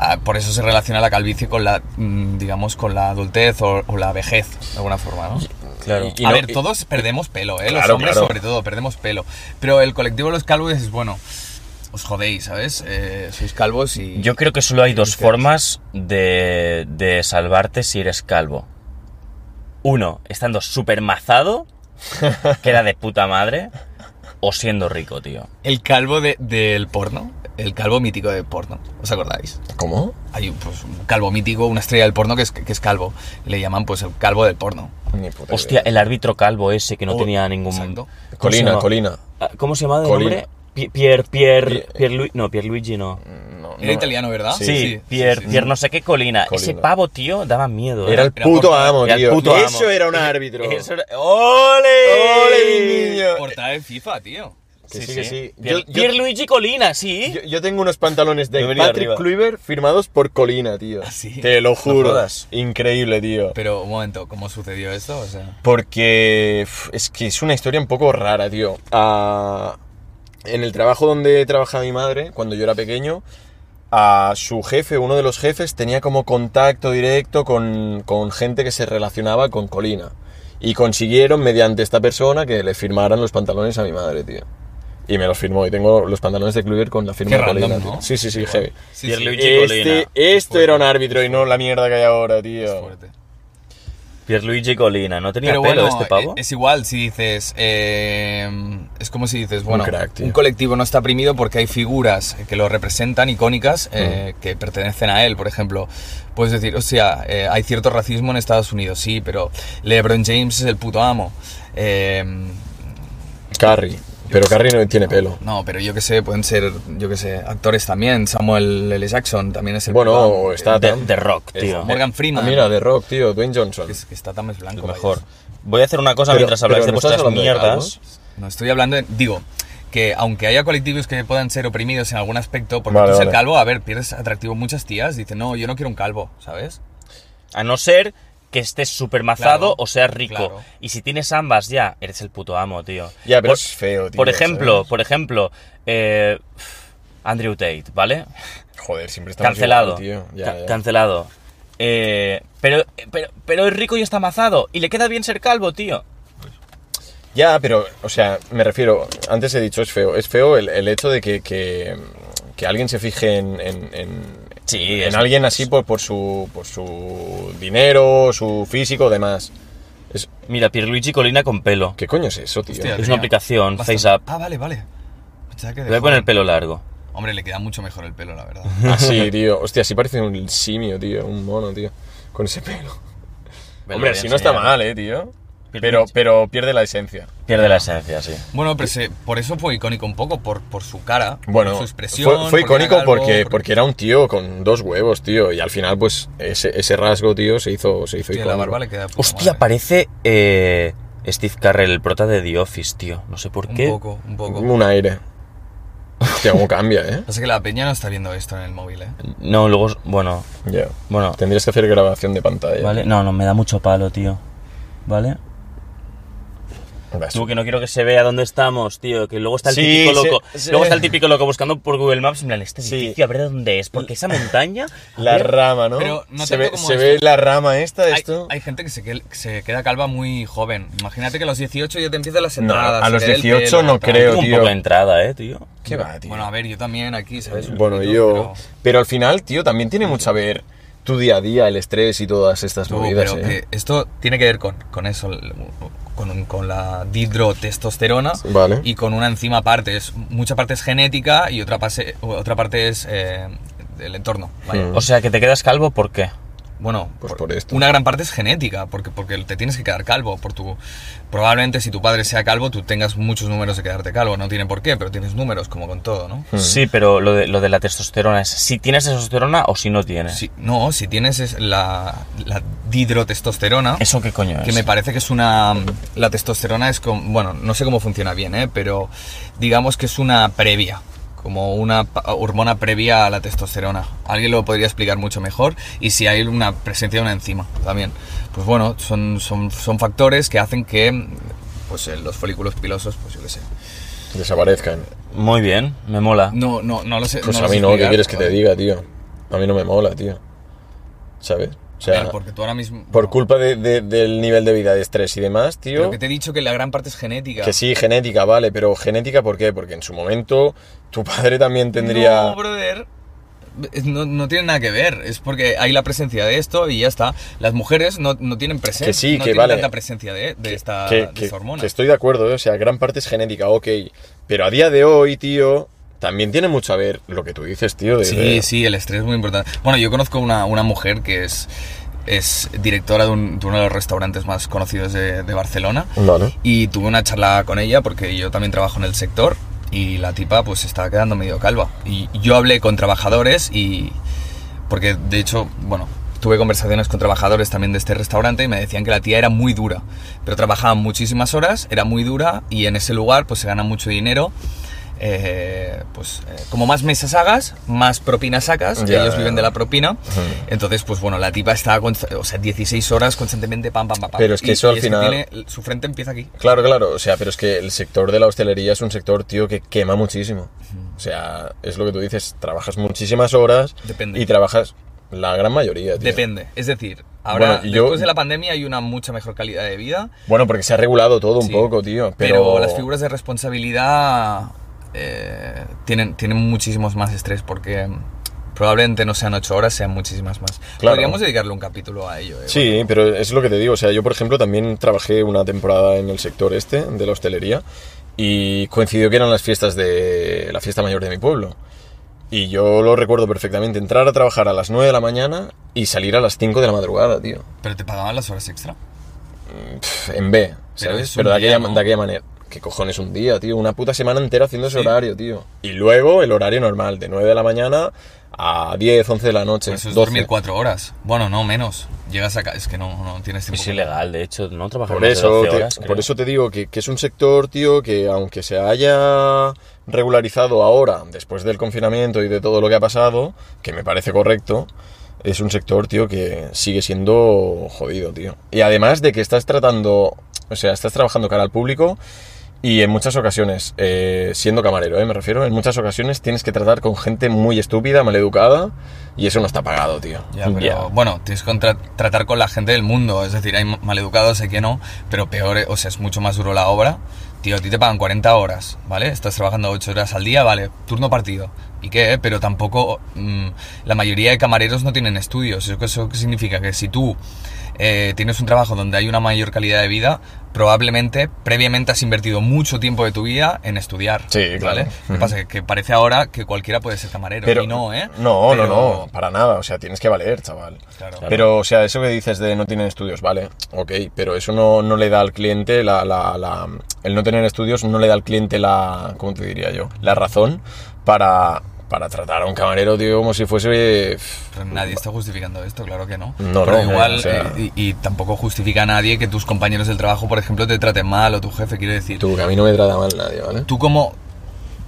Ah, por eso se relaciona la calvicie con la, mm, digamos, con la adultez o, o la vejez, de alguna forma, ¿no?
Claro.
Y-
a
no-
ver, todos perdemos pelo, ¿eh? los
Claro,
hombres
claro.
sobre todo, perdemos pelo. Pero el colectivo de los calvos es, bueno, os jodéis, ¿sabes? Eh, sois calvos y...
Yo creo que solo hay dos
Iniciativas.
formas de, de salvarte si eres calvo. Uno, estando súper mazado, que era de puta madre, o siendo rico, tío.
El calvo de- del porno. El calvo mítico del porno. ¿Os acordáis?
¿Cómo?
Hay pues, un calvo mítico, una estrella del porno que es, que es calvo. Le llaman pues el calvo del porno.
Ni puta
Hostia, el árbitro calvo ese que no
Oh,
tenía ningún...
exacto.
¿Cómo se
idea. Colina,
llama?
Colina.
Ah, ¿Cómo se llama de
Colin.
nombre? Pi- Pierre, Pierre,
Pi-
Pierre Lu- no, Pierre Luigi no.
No,
Era
no.
italiano,
Ah,
¿verdad?
Sí,
sí,
Pierre,
sí, sí.
Pierre no sé qué colina. Ese
Colina.
pavo, tío, daba miedo. ¿eh?
Era el
Era
puto
portero.
amo,
Era el
tío.
puto
Y
amo.
Eso era un árbitro.
<laughs> Eso era- ¡Ole!
¡Ole, mi niño!
eh, Portada de FIFA, tío.
Que sí, que sí.
Pier-
Yo- yo-
Pierluigi Colina, sí.
Yo, yo tengo unos pantalones de
Bienvenido
Patrick
arriba.
Kluivert firmados por Colina, tío.
¿Ah, sí?
Te lo juro.
jodas.
Increíble, tío.
Pero un momento, ¿cómo sucedió esto? O sea,
Porque uf, es que es una historia un poco rara, tío. Ah, en el trabajo donde trabajaba mi madre, cuando yo era pequeño, a su jefe, uno de los jefes, tenía como contacto directo con, con gente que se relacionaba con Colina. Y consiguieron, mediante esta persona, que le firmaran los pantalones a mi madre, tío. Y me los firmó. Y tengo los pantalones de Kluivert con la firma
Qué
de Colina.
random,
tío.
¿no?
Sí, sí, sí, heavy.
sí, eh,
Pierluigi.
Este,
Colina.
esto era un árbitro y no la mierda que hay ahora, tío.
fuerte.
Pierluigi Colina, ¿no tenía
Pero
pelo
bueno,
este pavo?
e- es igual si dices, eh, es como si dices, bueno, un,
crack, tío.
colectivo no está oprimido porque hay figuras que lo representan, icónicas, eh,
Mm.
que pertenecen a él, por ejemplo. Puedes decir, o sea, eh, hay cierto racismo en Estados Unidos, sí, pero LeBron James es el puto amo. Eh,
Carrie. Pero Carrie no tiene pelo.
no, pero yo que sé, pueden ser, yo que sé, actores también. Samuel L. Jackson también es el
Bueno,
puto amo.
o está
de,
tan-
de rock, tío.
Morgan Freeman.
Ah, mira, de Rock, tío, Dwayne Johnson.
que, es- que está tan es blanco.
Lo
vaya.
mejor. Voy a hacer una cosa
Pero-
mientras habláis de
pero ¿no estás
vuestras
hablando de
mierdas.
No estoy hablando, de- digo, que aunque haya colectivos que puedan ser oprimidos en algún aspecto, porque
Vale,
tú ser
vale.
calvo, a ver, pierdes atractivo muchas tías, dicen, no, yo no quiero un calvo, ¿sabes?
a no ser que estés súper mazado
Claro,
o seas rico.
claro.
Y si tienes ambas ya, eres el puto amo, tío.
Ya, pero es feo, tío,
Por ejemplo,
¿sabes?
por ejemplo, eh, Andrew Tate, ¿vale?
Joder, siempre estamos
Cancelado.
igual, tío. Ya,
Ca-
ya.
Cancelado. Eh, pero, pero, pero es rico y está amazado. Y le queda bien ser calvo, tío.
Ya, pero, o sea, me refiero, antes he dicho, es feo. Es feo el, el hecho de que, que, que alguien se fije en, en, en-
Sí,
en
es-
alguien así por, por, su, por su dinero, su físico, demás. Es-
Mira, Pierluigi Colina con pelo.
¿Qué coño es eso, tío?
Hostia,
Es una
tenía
aplicación,
bastante-
FaceApp.
Ah, vale, vale. Pensaba que de
Le voy a poner
joven.
pelo largo.
Hombre, le queda mucho mejor el pelo, la verdad.
<laughs>
Así, tío. Hostia, Ah, sí parece un simio, tío. Un mono, tío. Con ese pelo.
Me lo
Hombre,
voy a
así no está
enseñar.
mal, eh, tío.
Pierde
Pero,
mucho.
pero pierde la esencia.
Pierde la esencia, sí.
Bueno, pero se- por eso fue icónico un poco, por, por su cara,
Bueno,
por su expresión.
fue, fue
porque era
icónico
calvo,
porque, porque era un tío con dos huevos, tío. Y al final, pues, ese, ese rasgo, tío, se hizo, se hizo
Hostia,
icónico.
la barba le queda de puta
Hostia,
madre.
parece eh, Steve Carrell, el prota de The Office, tío. No sé por
Un
qué.
poco, un poco.
Un aire. Hostia, cómo cambia,
<laughs>
¿eh?
Pasa que la peña no está viendo esto en el móvil, ¿eh?
No, luego. Bueno,
Ya.
bueno. eh,
Tendrías que hacer grabación de pantalla.
Vale, no, no, me da mucho palo, tío. ¿Vale?
Vas.
Tú que no quiero que se vea dónde estamos, tío. Que luego está el
Sí,
típico
sí,
loco.
sí.
Luego está el típico loco buscando por Google Maps. En plan, este
Sí.
edificio, a ver dónde es. Porque esa montaña. <laughs> a
La
ver,
rama, ¿no?
Pero no
se
tanto
ve,
como
se
esto.
ve la rama esta,
Hay,
esto.
hay gente que se, que que se queda calva muy joven. Imagínate que a los 18 ya te empiezan las
No,
entradas.
a
se
los
te ve el
18
pelo,
no
tal.
creo.
tengo un
tío.
poco de entrada, eh, tío.
¿Qué va, tío?
Bueno, a ver, yo también aquí, ¿sabes? Un
Bueno,
poquito,
yo.
pero-
Pero al final, tío, también tiene mucho a ver tu día a día, el estrés y todas estas
Tú,
movidas.
pero
¿eh?
que esto tiene que ver con, con eso, el- con, con la dihidrotestosterona
Vale.
y con una enzima aparte. Es, mucha parte es genética y otra, pase- otra parte es eh, el entorno. vaya.
Mm.
O sea, que te quedas calvo, ¿por qué?
Bueno,
Pues por esto.
una gran parte es genética, porque, porque te tienes que quedar calvo. Por tu, probablemente si tu padre sea calvo, tú tengas muchos números de quedarte calvo. No tiene por qué, pero tienes números, como con todo, ¿no?
Mm.
Sí, pero lo de, lo de la testosterona es si tienes testosterona o si no tienes.
Si, no, si tienes es la, la dihidrotestosterona,
¿Eso qué coño es?
que me parece que es una... La testosterona es como... Bueno, no sé cómo funciona bien, ¿eh? Pero digamos que es una previa, como una pa- hormona previa a la testosterona. Alguien lo podría explicar mucho mejor y si hay una presencia de una enzima también. Pues bueno, son, son, son factores que hacen que pues eh, los folículos pilosos, pues yo qué sé.
Desaparezcan.
Muy bien, me mola.
No, no, Eh, no lo sé.
Pues
lo
a
sé
mí no, ¿qué
explicar,
quieres que te
joder.
diga, tío? A mí no me mola, tío. ¿Sabes? O
A
sea,
ver, porque tú ahora mismo...
por
bueno,
culpa de- de- del nivel de vida, de estrés y demás, tío.
Pero que te he dicho que la gran parte es genética.
Que sí, genética, vale, pero genética, ¿por qué? Porque en su momento tu padre también tendría.
No, brother. No, no tiene nada que ver, es porque hay la presencia de esto y ya está. Las mujeres no, no tienen presencia,
Que sí,
no
que
tienen
vale.
tanta presencia de, de esta,
que,
de
que-
esta hormona.
que estoy de acuerdo, ¿eh? o sea, gran parte es genética, ok. Pero a día de hoy, tío, también tiene mucho a ver lo que tú dices, tío. de-
Sí,
de-
sí, el estrés es muy importante. Bueno, yo conozco una, una mujer que es, es directora de, un- de uno de los restaurantes más conocidos de, de Barcelona
Vale.
y tuve una charla con ella porque yo también trabajo en el sector y la tipa pues se estaba quedando medio calva. Y yo hablé con trabajadores y... porque de hecho, bueno, tuve conversaciones con trabajadores también de este restaurante y me decían que la tía era muy dura, pero trabajaba muchísimas horas, era muy dura y en ese lugar pues se gana mucho dinero. Eh, pues eh, como más mesas hagas, más propinas sacas,
Ya,
ellos
ya,
viven
ya.
de la propina, entonces pues bueno, la tipa estaba, const- o sea, 16 horas constantemente pam, pam, pam. pam.
Pero es que
Y-
eso al
y
final-
tiene- su frente empieza aquí.
Claro, claro, o sea, pero es que el sector de la hostelería es un sector, tío, que quema muchísimo. O sea, es lo que tú dices, trabajas muchísimas horas
Depende.
y trabajas la gran mayoría, tío.
Depende. Es decir, ahora
Bueno, yo-
después de la pandemia hay una mucha mejor calidad de vida,
Bueno, porque se ha regulado todo un
Sí.
poco, tío.
pero,
Pero,
las figuras de responsabilidad eh, tienen, tienen muchísimos más estrés porque mm, probablemente no sean ocho horas, sean muchísimas más.
Claro.
Podríamos dedicarle un capítulo a ello. eh,
Sí, pero es lo que te digo. O sea, yo, por ejemplo, también trabajé una temporada en el sector este de la hostelería y coincidió que eran las fiestas de la fiesta mayor de mi pueblo. Y yo lo recuerdo perfectamente, entrar a trabajar a las 9 de la mañana y salir a las 5 de la madrugada, tío.
bueno. Pero te pagaban las horas extra.
Pff, en B, ¿sabes?
es un
Pero, de,
día,
aquella,
¿no?
de aquella manera. ¿Qué cojones un día, tío? Una puta semana entera haciendo ese
Sí.
horario, tío. Y luego el horario normal, de 9 de la mañana a 10, 11 de la noche.
Pero Pues eso es
12.
dormir cuatro horas. Bueno, no, menos. Llegas acá, es que no, no tienes
Pues
tiempo.
Es ilegal, de hecho, ¿no? Trabajar
Por
más de
eso,
12
te,
horas, creo.
por eso te digo que, que es un sector, tío, que aunque se haya regularizado ahora, después del confinamiento y de todo lo que ha pasado, que me parece correcto, es un sector, tío, que sigue siendo jodido, tío. Y además de que estás tratando, o sea, estás trabajando cara al público Y en muchas ocasiones, eh, siendo camarero, ¿eh? me refiero, en muchas ocasiones tienes que tratar con gente muy estúpida, maleducada, y eso no está pagado, tío.
Ya, pero
Ya.
bueno, tienes que tra- tratar con la gente del mundo. Es decir, hay ma- maleducados, sé que no, pero peor, eh, o sea, es mucho más duro la obra. Tío, a ti te pagan 40 horas, ¿vale? Estás trabajando 8 horas al día, vale, turno partido. ¿Y qué? eh? Pero tampoco. mm, la mayoría de camareros no tienen estudios. ¿Eso, eso qué significa? Que si tú eh, tienes un trabajo donde hay una mayor calidad de vida, probablemente previamente has invertido mucho tiempo de tu vida en estudiar.
Sí, claro.
¿Vale? ¿Qué pasa? Que- Que parece ahora que cualquiera puede ser camarero. y no, ¿eh?
No,
Pero-
no, no, para nada, o sea, tienes que valer, chaval.
Claro.
Pero, o sea, eso que dices de no tienen estudios, vale, ok, pero eso no, no le da al cliente la, la- la- El no tener estudios no le da al cliente la... ¿Cómo te diría yo? La razón para, para tratar a un camarero, tío, como si fuese... eh,
Pero nadie está justificando esto, claro que no.
No,
Pero
no,
igual,
o sea-
eh, y, y tampoco justifica a nadie que tus compañeros del trabajo, por ejemplo, te traten mal o tu jefe, quiere decir.
Tú, que a mí no me trata mal nadie, ¿vale?
Tú como...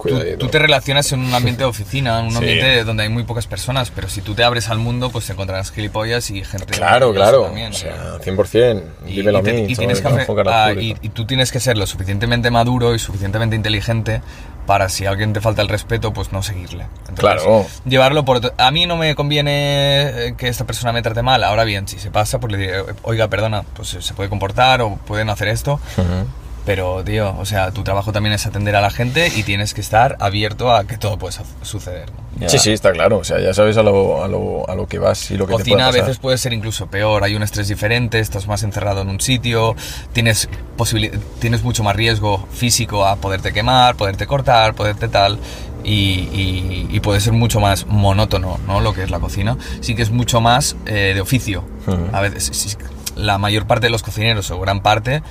Tú,
Cuidadito.
tú te relacionas en un ambiente de oficina, en un
Sí.
ambiente donde hay muy pocas personas, pero si tú te abres al mundo, pues te encontrarás gilipollas y gente...
Claro,
maravillosa
claro.
también.
o sea, 100%. dímelo a
te-
mí.
y
chaval,
tienes que
no
hacer-
enfocar al
ah, y-
público.
y tú tienes que ser lo suficientemente maduro y suficientemente inteligente para si a alguien te falta el respeto, pues no seguirle. Entonces,
Claro.
Llevarlo por... otro- A mí no me conviene eh, que esta persona me trate mal. Ahora bien, si se pasa, pues le diré, oiga, perdona, pues eh, se puede comportar o pueden hacer esto.
Ujú.
Pero, tío, o sea, tu trabajo también es atender a la gente y tienes que estar abierto a que todo puede su- suceder. ¿no?
Ya.
Sí, sí, está claro. O sea, ya sabes a lo, a lo, a lo que vas y lo que te puede
Cocina a
pasar.
veces puede ser incluso peor, hay un estrés diferente, estás más encerrado en un sitio, tienes, posibili- tienes mucho más riesgo físico a poderte quemar, poderte cortar, poderte tal, y, y- y puede ser mucho más monótono ¿no? lo que es la cocina. Sí que es mucho más eh, de oficio.
Ujú.
A veces, sí, sí, la mayor parte de los cocineros, o gran parte,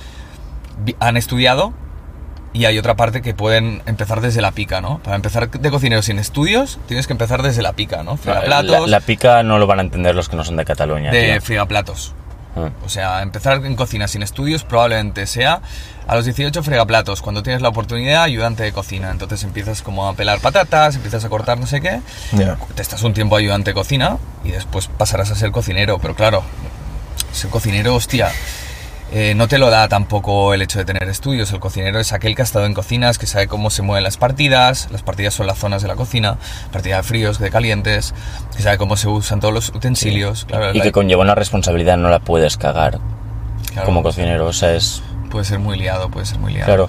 vi- han estudiado y hay otra parte que pueden empezar desde la pica, ¿no? Para empezar de cocinero sin estudios, tienes que empezar desde la pica, ¿no?
La,
Fregaplatos,
la pica no lo van a entender los que no son de Cataluña.
de
tío.
fregaplatos.
Ah.
O sea, empezar en cocina sin estudios probablemente sea a los 18 fregaplatos, cuando tienes la oportunidad ayudante de cocina. Entonces empiezas como a pelar patatas, empiezas a cortar no sé qué,
Ya.
te estás un tiempo ayudante de cocina y después pasarás a ser cocinero. Pero claro, ser cocinero, hostia, eh, no te lo da tampoco el hecho de tener estudios. El cocinero es aquel que ha estado en cocinas, que sabe cómo se mueven las partidas. Las partidas son las zonas de la cocina, partida de fríos, de calientes, que sabe cómo se usan todos los utensilios. Claro,
Y
la-
que conlleva una responsabilidad, no la puedes cagar
claro,
como cocinero. O sea, es.
Puede ser muy liado, puede ser muy liado.
Claro.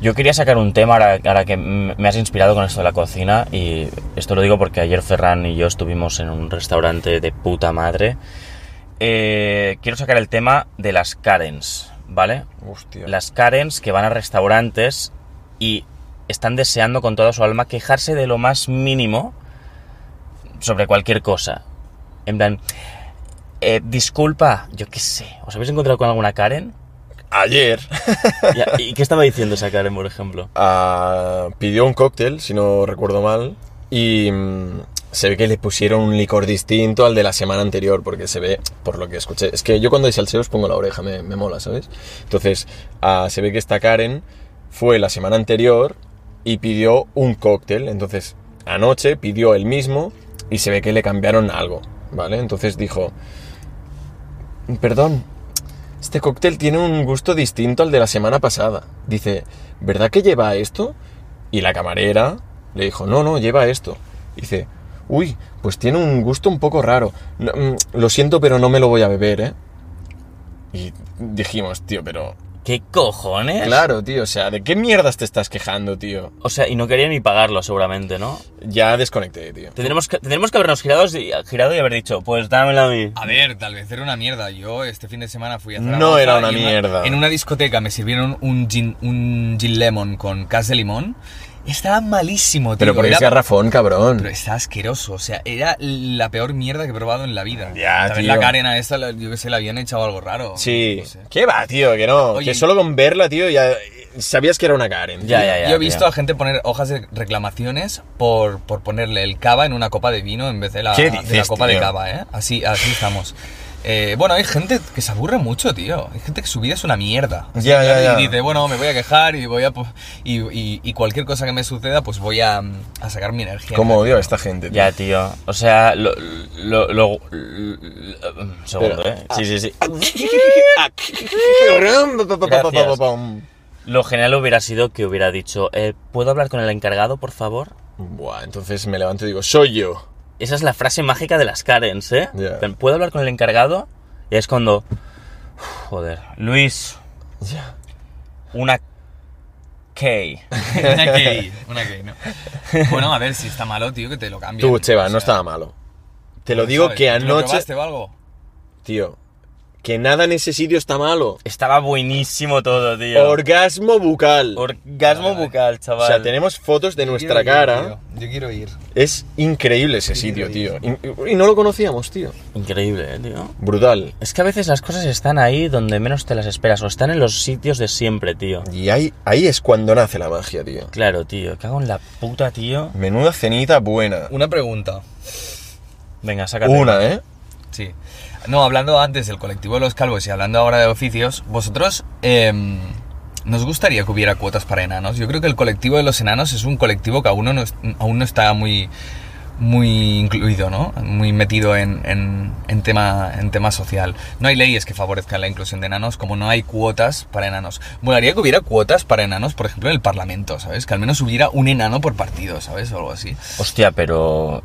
Yo quería sacar un tema ahora, ahora que m- me has inspirado con esto de la cocina y esto lo digo porque ayer Ferran y yo estuvimos en un restaurante de puta madre. Eh, quiero sacar el tema de las Karens, ¿vale?
Hostia.
Las Karens que van a restaurantes y están deseando con toda su alma quejarse de lo más mínimo sobre cualquier cosa. En plan, eh, disculpa, yo qué sé, ¿os habéis encontrado con alguna Karen?
Ayer
¿Y, a- y qué estaba diciendo esa Karen, por ejemplo?
ah, pidió un cóctel, si no recuerdo mal, y mm, se ve que le pusieron un licor distinto al de la semana anterior, porque se ve, por lo que escuché, es que yo cuando hay salseos pongo la oreja, me, me mola, ¿sabes? Entonces, ah, se ve que esta Karen fue la semana anterior y pidió un cóctel, entonces anoche pidió el mismo y se ve que le cambiaron algo, ¿vale? Entonces dijo, Perdón, este cóctel tiene un gusto distinto al de la semana pasada. Dice, ¿verdad que lleva esto? Y la camarera le dijo, no, no, lleva esto. Dice, uy, pues tiene un gusto un poco raro. No, mm, lo siento, pero no me lo voy a beber, ¿eh? Y dijimos, tío, pero...
¿Qué
¿Eh?
cojones?
Claro, tío, o sea, ¿de qué mierdas te estás quejando, tío?
O sea, y no quería ni pagarlo seguramente, ¿no?
Ya desconecté, tío.
Tendremos que, tendremos que habernos girado y, girado y haber dicho, pues dámelo a mí.
A ver, tal vez era una mierda. Yo este fin de semana fui a
No
Zaragoza
era una
y
mierda.
en una discoteca me sirvieron un gin, un gin lemon con cas de limón. Estaba malísimo, tío.
Pero porque
Era-
es garrafón, cabrón.
pero está asqueroso, o sea, era la peor mierda que he probado en la vida.
Ya,
También
tío.
la Karen a esta, la- yo que sé, la habían echado algo raro.
Sí.
No sé.
¿Qué va, tío? Que no.
Oye,
que solo con verla, tío, ya sabías que era una Karen. tío.
Ya, ya, ya.
Yo he visto
tío.
a gente poner hojas de reclamaciones por, por ponerle el cava en una copa de vino en vez de la,
¿Qué
de
dices,
la copa de
tío?
cava, ¿eh? Así, así estamos. Eh, bueno, hay gente que se aburre mucho, tío. Hay gente que su vida es una mierda. O sea,
Ya, ya, ya.
Y dice, bueno, me voy a quejar y voy a... po- Y, y- y cualquier cosa que me suceda, pues voy a, mm, a sacar mi energía.
Cómo odio a esta gente, tío.
Ya, tío. O sea, lo. lo, lo- lo- un segundo,
Pero-
¿eh? Sí, sí, sí.
Rum, pa, pa, pa, pa, pa, pa,
Gracias.
pam.
Lo genial hubiera sido que hubiera dicho, eh, ¿puedo hablar con el encargado, por favor?
Buah, entonces me levanto y digo, soy yo.
Esa es la frase mágica de las Karens, ¿eh?
Ya.
¿Puedo hablar con el encargado? Y es cuando... Uf, Joder, Luis,
Ya.
una K.
<laughs> Una gay, una gay, ¿no? Bueno, a ver, si está malo, tío, que te lo cambien.
Tú, Cheva,
O
no
sea,
estaba malo. Te lo
¿sabes?
digo que
¿Tú lo
anoche...
probaste o algo?
Tío, que nada en ese sitio está malo.
Estaba buenísimo todo, tío.
Orgasmo bucal.
Vale,
Orgasmo
vale.
bucal, chaval.
O sea, tenemos fotos de nuestra
Yo quiero ir,
cara.
tío. Yo quiero ir.
Es increíble ese sitio, tío. Y, y no lo conocíamos, tío.
Increíble, ¿eh, tío.
Brutal.
Es que a veces las cosas están ahí donde menos te las esperas o están en los sitios de siempre, tío.
Y ahí, ahí es cuando nace la magia, tío.
Claro, tío. Cago en la puta, tío.
Menuda cenita buena.
Una pregunta.
Venga, sácate.
Una, ¿eh?
Sí. No, hablando antes del colectivo de los calvos y hablando ahora de oficios, vosotros em, nos gustaría que hubiera cuotas para enanos. Yo creo que el colectivo de los enanos es un colectivo que aún no, es- aún no está muy muy incluido, ¿no? Muy metido en, en- en tema, en tema social. No hay leyes que favorezcan la inclusión de enanos, como no hay cuotas para enanos. Molaría que hubiera cuotas para enanos, por ejemplo, en el Parlamento, ¿sabes? Que al menos hubiera un enano por partido, ¿sabes? O algo así.
Hostia, pero.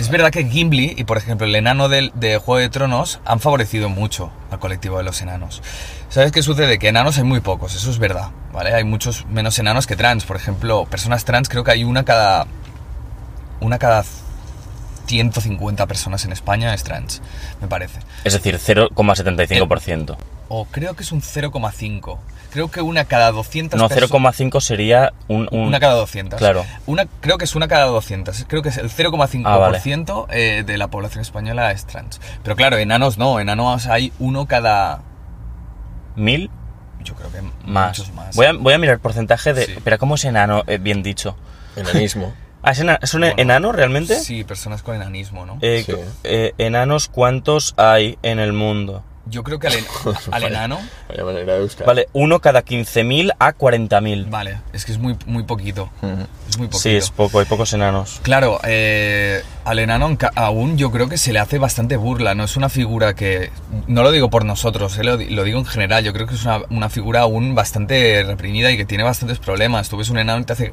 Es verdad que Gimli y, por ejemplo, el enano del, de Juego de Tronos han favorecido mucho al colectivo de los enanos. ¿Sabes qué sucede? Que enanos hay muy pocos, eso es verdad, ¿vale? Hay muchos menos enanos que trans. Por ejemplo, personas trans creo que hay una cada... Una cada 150 personas en España es trans, me parece.
Es decir,
Eh,
0,75%.
O creo que es un 0,5. Creo que una cada 200
No,
perso-
0,5 sería un. un-
Una cada 200.
Mm. Claro.
Una, creo que es una cada 200. Creo que es el 0,5%
Ah, vale.
eh, de la población española es trans. Pero claro, enanos no. Enanos hay uno cada...
¿Mil?
Yo creo que
Más.
muchos más.
Voy, a, voy a mirar el porcentaje de.
Sí.
Pero ¿cómo es enano? eh, bien dicho.
Enanismo.
Ah, ¿Es, ena- es un
Bueno,
enano realmente?
Sí, personas con enanismo, ¿no?
Eh,
Sí.
eh, enanos, ¿cuántos hay en el mundo?
Yo creo que
<laughs>
al, en- al enano...
<laughs> Vaya manera de buscar.
Vale, uno cada 15.000 a 40.000.
Vale, es que es muy, muy poquito.
Ujú.
Es muy poquito.
Sí, es poco, hay pocos enanos.
Claro, eh, al enano enca- aún yo creo que se le hace bastante burla, no es una figura que, no lo digo por nosotros, eh, lo, di- lo digo en general, yo creo que es una, una figura aún bastante reprimida y que tiene bastantes problemas. Tú ves un enano y te hace...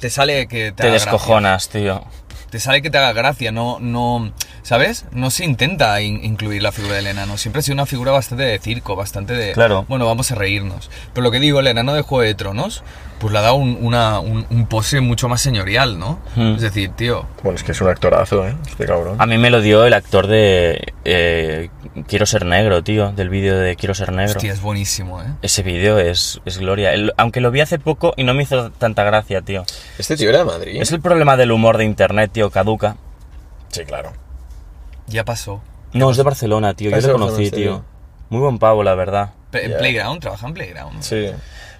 Te sale que te,
Te
haga
descojonas, tío.
gracia. Te sale que te haga gracia, no, no, ¿sabes? No se intenta in- incluir la figura del enano. Siempre ha sido una figura bastante de circo, bastante de...
Claro.
Bueno, vamos a reírnos. Pero lo que digo, el enano de Juego de Tronos, pues le ha dado un, una- un- un pose mucho más señorial, ¿no?
Hmm.
Es decir, tío,
Bueno, es que es un actorazo, ¿eh? Este cabrón.
A mí me lo dio el actor de eh, Quiero ser negro, tío, del vídeo de Quiero ser negro.
Hostia, es buenísimo, ¿eh?
Ese vídeo es, es gloria. El- aunque lo vi hace poco y no me hizo tanta gracia, tío.
Este tío era de Madrid.
Es el problema del humor de internet, tío, caduca.
Sí, claro.
Ya pasó.
No, es de Barcelona, tío. Yo
Es de
lo conocí,
Barcelona, sí.
tío. Muy buen pavo, la verdad.
Pe- En
Ya.
Playground, trabaja en Playground.
Sí.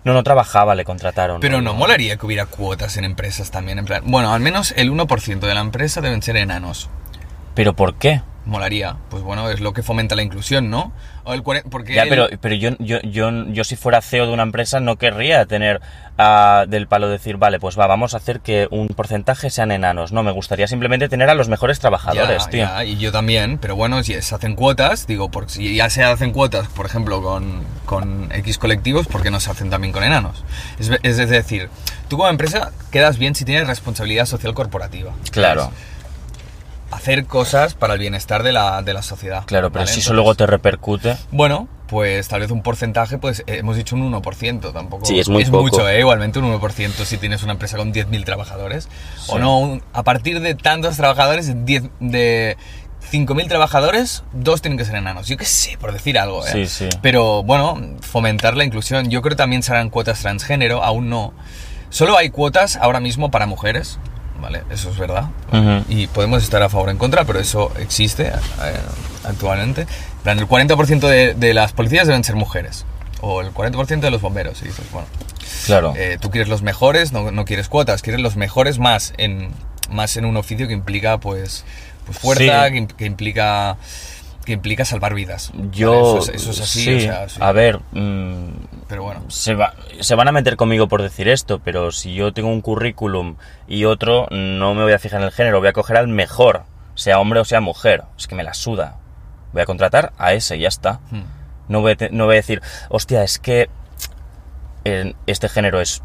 No, no trabajaba, le contrataron.
Pero no molaría que hubiera cuotas en empresas también, en plan... Bueno, al menos el 1% de la empresa deben ser enanos.
¿Pero por qué?
Molaría. Pues bueno, es lo que fomenta la inclusión, ¿no? O el cuare- porque
Ya,
el-
pero, pero yo, yo, yo, yo si fuera CEO de una empresa no querría tener ah, del palo decir, vale, pues va, vamos a hacer que un porcentaje sean enanos. No, me gustaría simplemente tener a los mejores trabajadores,
Ya,
tío.
ya, y yo también, pero bueno, si se hacen cuotas, digo, por, si ya se hacen cuotas, por ejemplo, con, con X colectivos, ¿por qué no se hacen también con enanos? Es, ve- es decir, tú como empresa quedas bien si tienes responsabilidad social corporativa.
Claro,
Pues, hacer cosas para el bienestar de la, de la sociedad.
claro, pero
¿vale?
si
Entonces,
eso luego te repercute.
Bueno, pues tal vez un porcentaje, pues eh, hemos dicho un 1%, tampoco...
Sí, es muy poco.
mucho, ¿eh? Igualmente un 1% si tienes una empresa con 10.000 trabajadores. O no, un- a partir de tantos trabajadores, 10 de 5.000 trabajadores, dos tienen que ser enanos. Yo qué sé, por decir algo, ¿eh?
Sí, sí.
Pero bueno, fomentar la inclusión. Yo creo que también se harán cuotas transgénero, aún no. Solo hay cuotas ahora mismo para mujeres, ¿vale? Eso es verdad
Ujú.
y podemos estar a favor o en contra, pero eso existe eh, actualmente. En plan, el 40% de, de las policías deben ser mujeres, o el 40% de los bomberos. Y dices, bueno,
Claro.
eh, tú quieres los mejores, no, no quieres cuotas, quieres los mejores más en, más en un oficio que implica pues, pues fuerza,
Sí.
que, im- que implica que implica salvar vidas. ¿vale?
yo.
eso, es, eso es así,
sí,
o sea, sí.
A ver, mm,
pero bueno.
se, va- se van a meter conmigo por decir esto, pero si yo tengo un currículum y otro, no me voy a fijar en el género, voy a coger al mejor, sea hombre o sea mujer. Es que me la suda. Voy a contratar a ese y ya está.
Hmm.
No voy a, te- no voy a decir, hostia, es que en este género es,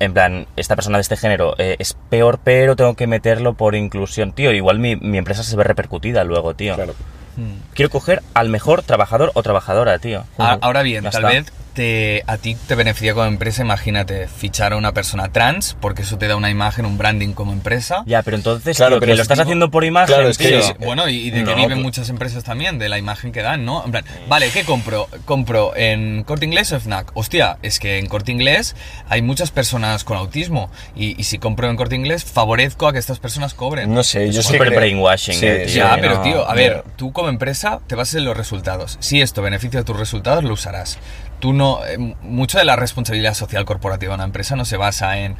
en plan, esta persona de este género eh, es peor, pero tengo que meterlo por inclusión. Tío, igual mi, mi empresa se ve repercutida luego, tío.
Claro.
Hmm.
Quiero coger al mejor trabajador o trabajadora, tío.
A- Ah, Ahora bien,
Ya
tal
está.
vez te, a ti te beneficia como empresa, imagínate, fichar a una persona trans, porque eso te da una imagen, un branding como empresa.
Ya, pero entonces, tío,
Claro,
que
pero
lo
es
estás
tipo-
haciendo por imagen,
Claro, es que
tío.
Y-
sí.
bueno, y y de
No,
que viven
pues
cl-
muchas empresas también, de la imagen que dan, ¿no? En plan, vale, ¿qué compro? ¿Compro en Corte Inglés o en Fnac? Hostia, es que en Corte Inglés hay muchas personas con autismo, y, y si compro en Corte Inglés, favorezco a que estas personas cobren.
No sé, yo
es
sí
súper
creo-
brainwashing,
Sí,
eh, tío.
sí.
Ya,
no,
pero tío, a ver,
mira.
tú como empresa te basas en los resultados. Si esto beneficia a tus resultados, lo usarás. Tú no, eh, mucho de la responsabilidad social corporativa de una empresa no se basa en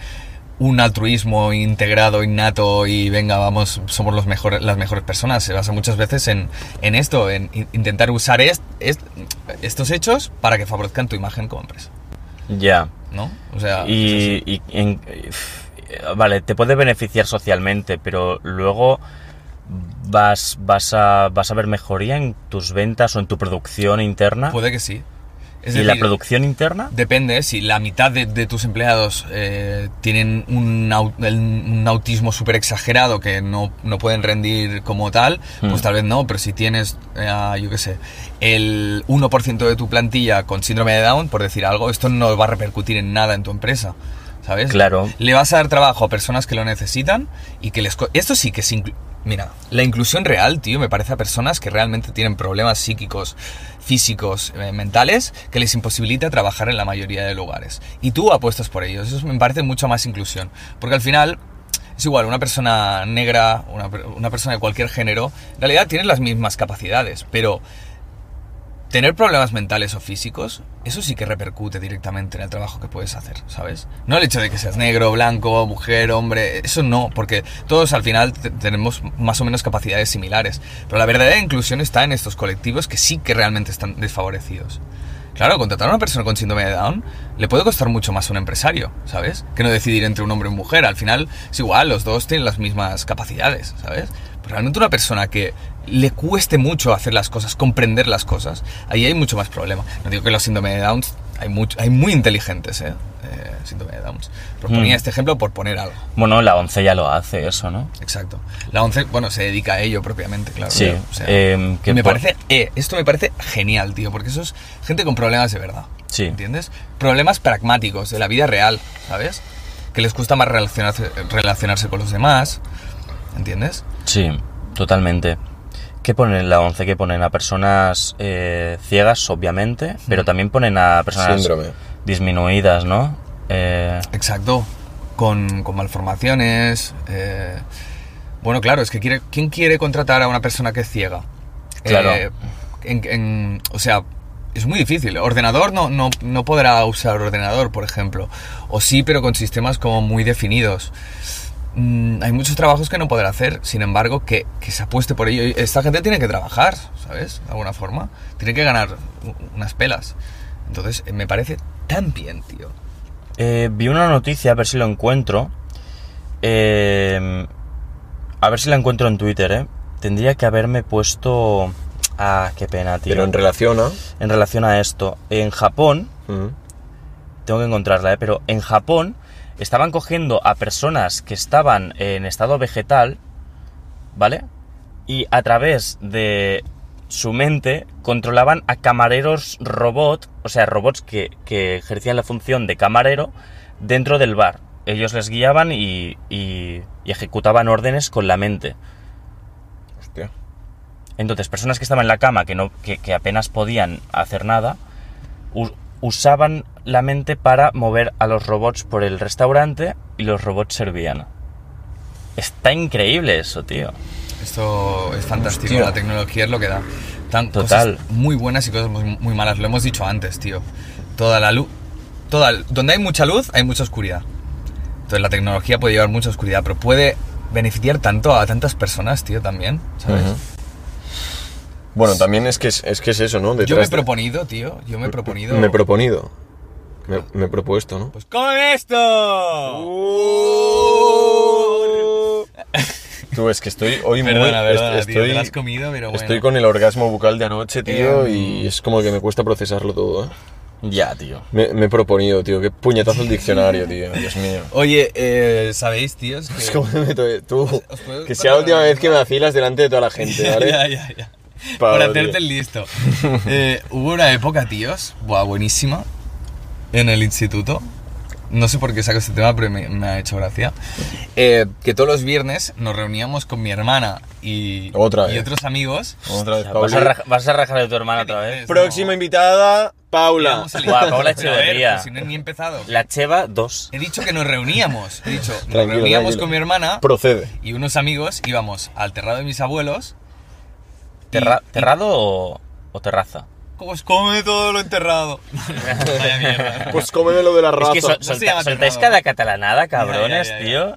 un altruismo integrado, innato y venga, vamos, somos los mejores, las mejores personas. Se basa muchas veces en, en esto, en in- intentar usar est- est- estos hechos para que favorezcan tu imagen como empresa.
Ya.
¿No? O
Ah,
sea,
Y, y en- vale, te puede beneficiar socialmente, pero luego vas, vas, a, vas a ver mejoría en tus ventas o en tu producción interna.
puede que sí. Es
¿Y la
decir,
producción interna?
Depende, ¿eh? si la mitad de, de tus empleados eh, tienen un, au- el- un autismo súper exagerado que no, no pueden rendir como tal, pues tal vez no, pero si tienes, eh, yo qué sé, el 1% de tu plantilla con síndrome de Down, por decir algo, esto no va a repercutir en nada en tu empresa. ¿Sabes?
Claro.
Le vas a dar trabajo a personas que lo necesitan y que les... co- Esto sí que es... inclu- Mira, la inclusión real, tío, me parece a personas que realmente tienen problemas psíquicos, físicos, eh, mentales, que les imposibilita trabajar en la mayoría de lugares. Y tú apuestas por ellos. Eso me parece mucha más inclusión. Porque al final... Es igual, una persona negra, una, per- una persona de cualquier género, en realidad tiene las mismas capacidades, pero tener problemas mentales o físicos, eso sí que repercute directamente en el trabajo que puedes hacer, ¿sabes? No el hecho de que seas negro, blanco, mujer, hombre, eso no, porque todos al final te- tenemos más o menos capacidades similares, pero la verdadera inclusión está en estos colectivos que sí que realmente están desfavorecidos. Claro, contratar a una persona con síndrome de Down le puede costar mucho más a un empresario, ¿sabes? Que no decidir entre un hombre y una mujer. Al final es igual, los dos tienen las mismas capacidades, ¿sabes? Pero realmente una persona que le cueste mucho hacer las cosas, comprender las cosas, ahí hay mucho más problema. No digo que los síndrome de Downs, hay, mucho, hay muy inteligentes, ¿eh? Eh, síndrome de Downs. Pero ponía
Mm.
este ejemplo por poner algo.
Bueno, la once ya lo hace eso, ¿no?
Exacto. La 11, bueno, se dedica a ello propiamente, claro.
Sí,
O sea,
em, que
me
por-
parece, eh, esto me parece genial, tío, porque eso es gente con problemas de verdad.
Sí.
¿Entiendes? Problemas pragmáticos de la vida real, ¿sabes? Que les cuesta más relacionarse, relacionarse con los demás, ¿entiendes?
Sí, totalmente. ¿Qué ponen en la 11? Que ponen a personas eh, ciegas, obviamente, pero también ponen a personas
Mm. Síndrome.
disminuidas, ¿no? Eh,
Exacto. Con, con malformaciones. eh, Bueno, claro, es que quiere, ¿quién quiere contratar a una persona que es ciega? Eh,
Claro.
en- en- o sea, es muy difícil. Ordenador no, no, no podrá usar ordenador, por ejemplo. O sí, pero con sistemas como muy definidos. Mm, hay muchos trabajos que no podrá hacer, sin embargo, que, que se apueste por ello. Y Esta gente tiene que trabajar, ¿sabes? De alguna forma. Tiene que ganar u- unas pelas. Entonces, eh, me parece tan bien, tío.
eh, vi una noticia, a ver si lo encuentro. Eh, a ver si la encuentro en Twitter, ¿eh? Tendría que haberme puesto... Ah, qué pena, tío.
Pero en relación a...
en relación a esto, en Japón...
Mm.
tengo que encontrarla, ¿eh? pero en Japón estaban cogiendo a personas que estaban en estado vegetal, ¿vale? Y a través de su mente controlaban a camareros robot, o sea, robots que, que ejercían la función de camarero dentro del bar. Ellos les guiaban y, y- y ejecutaban órdenes con la mente.
Hostia.
Entonces, personas que estaban en la cama, que, no, que, que apenas podían hacer nada, u- usaban la mente para mover a los robots por el restaurante y los robots servían. Está increíble eso, tío.
Esto es fantástico,
Hostia.
la tecnología es lo que da. Tan
Total.
cosas muy buenas y cosas muy, muy malas, lo hemos dicho antes, tío. Toda la luz, toda donde hay mucha luz hay mucha oscuridad. Entonces la tecnología puede llevar mucha oscuridad, pero puede beneficiar tanto a tantas personas, tío, también, ¿sabes?
Bueno, también es que es, es que es eso, ¿no?
Yo me he
Detrás de-
proponido, tío, yo me he proponido...
Me he proponido. Ah. Me, me he propuesto, ¿no?
pues come esto.
Uh. Tú, es que estoy hoy muy...
Perdona, perdona,
est-
tío, te
estoy,
la has comido, pero bueno.
estoy con el orgasmo bucal de anoche, tío,
Em,
y es como que me cuesta procesarlo todo, ¿eh?
Ya, tío.
Me, me he proponido, tío. Qué puñetazo el <laughs> diccionario, tío. Dios mío.
Oye, eh, ¿sabéis, tíos? que-
Es como me meto- eh,
<laughs>
tú.
¿Os puedo
Que sea la
contar
última
una
vez que me afilas delante de toda la gente, ¿vale?
<laughs> Ya, ya, ya.
Pablo,
Por hacerte
tío.
el listo. Eh, hubo una época, tíos, buah, buenísima, en el instituto. No sé por qué saco este tema, pero me, me ha hecho gracia. Eh, que todos los viernes nos reuníamos con mi hermana y,
Otra
y
vez.
otros amigos.
Otra vez,
¿Vas a,
Pauli.
raj- vas a rajar de tu hermana otra vez.
Próxima invitada, Paula.
Íbamos al
Guau,
instituto,
Paula
pero a ver,
Echeverría.
pues si no he ni empezado.
La Cheva 2.
He dicho que nos reuníamos. He dicho, nos
Tranquilo,
reuníamos
tranquilo.
con mi hermana
Procede.
y unos amigos. Íbamos al terrado de mis abuelos. y-
Terra- ¿Terrado o, o terraza?
Pues come todo lo enterrado. <laughs> Vaya mierda.
Pues cómeme lo de la
Es
raza.
que sol-
No se
solta-
llama
soltáis
terrado.
cada catalanada, cabrones,
ya, ya.
tío.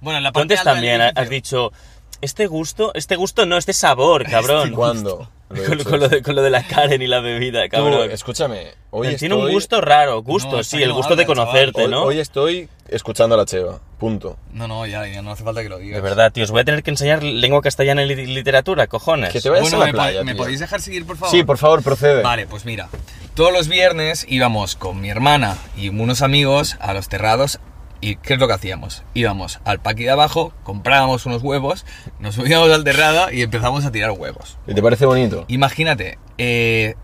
Bueno, en la parte
Antes
alta del
también
edificio.
has dicho, este gusto, este gusto no,
<laughs>
este sabor, cabrón.
¿Cuándo? Lo
<laughs>
he
Con,
dicho
con lo
eso.
de, con lo de la Karen y la bebida,
Tú,
cabrón.
escúchame. Hoy
Tiene
estoy,
un gusto raro, gusto,
No,
sí,
está
el
que
gusto de
no habla,
conocerte,
Hoy,
¿no?
hoy estoy escuchando a la Cheva. Punto.
No, no, ya, ya no hace falta que lo digas.
De verdad, tío, os voy a tener que enseñar lengua castellana y lit- literatura, cojones.
Que te vayas
Bueno,
a
me,
la
po-
playa,
¿me
tío.
podéis dejar seguir, por favor?
Sí, por favor, procede.
Vale, pues mira. Todos los viernes íbamos con mi hermana y unos amigos a los terrados. ¿Y qué es lo que hacíamos? Íbamos al paqui de abajo, comprábamos unos huevos, nos subíamos al terrado y empezamos a tirar huevos.
¿Y te parece bonito?
Imagínate, eh,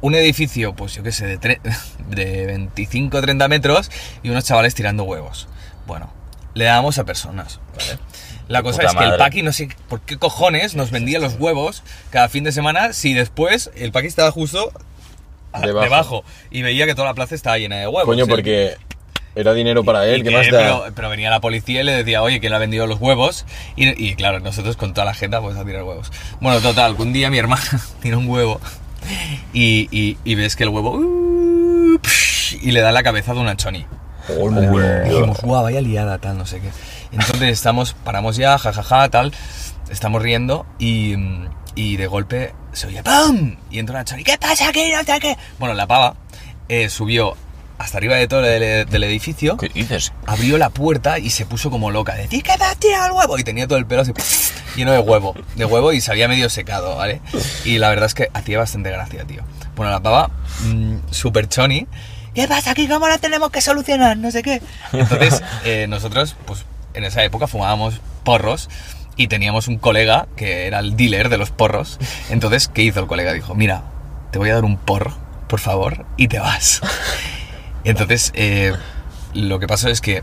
un edificio, pues yo qué sé, de, tre- <laughs> de 25 30 metros y unos chavales tirando huevos. Bueno, le dábamos a personas, ¿vale? La
Qué
cosa
puta
es que
madre.
el Paqui, no sé por qué cojones, nos vendía los huevos cada fin de semana si después el Paqui estaba justo a-
Debajo.
debajo. y veía que toda la plaza estaba llena de huevos.
Coño,
Y-
porque era dinero para
y
él. ¿Qué
que-
más da?
pero, pero venía la policía y le decía, oye, ¿quién le ha vendido los huevos? Y, y claro, nosotros con toda la agenda pues a tirar huevos. Bueno, total, que un día mi hermana <laughs> tira un huevo y, y- y ves que el huevo... uh, psh, y le da en la cabeza de una choni. Y dijimos, guau, vaya liada, tal, no sé qué. Entonces estamos, paramos ya, jajaja, tal, estamos riendo y, mm, y de golpe se oye ¡pam! Y entra una choni, ¿qué pasa aquí? No sé qué. Bueno, la pava eh, subió hasta arriba de todo el- del edificio
¿Qué
<laughs>
dices?
abrió la puerta y se puso como loca. Decir que te has tirado el huevo. Y tenía todo el pelo así <laughs> lleno de huevo. De huevo y se había medio secado, ¿vale? Y la verdad es que hacía bastante gracia, tío. Bueno, la pava, mm, super choni. ¿Qué pasa aquí? ¿Cómo la tenemos que solucionar? No sé qué. Entonces, eh, nosotros, pues en esa época fumábamos porros. Y teníamos un colega que era el dealer de los porros. Entonces, ¿qué hizo el colega? Dijo, mira, te voy a dar un porro, por favor, y te vas. Entonces, eh, lo que pasó es que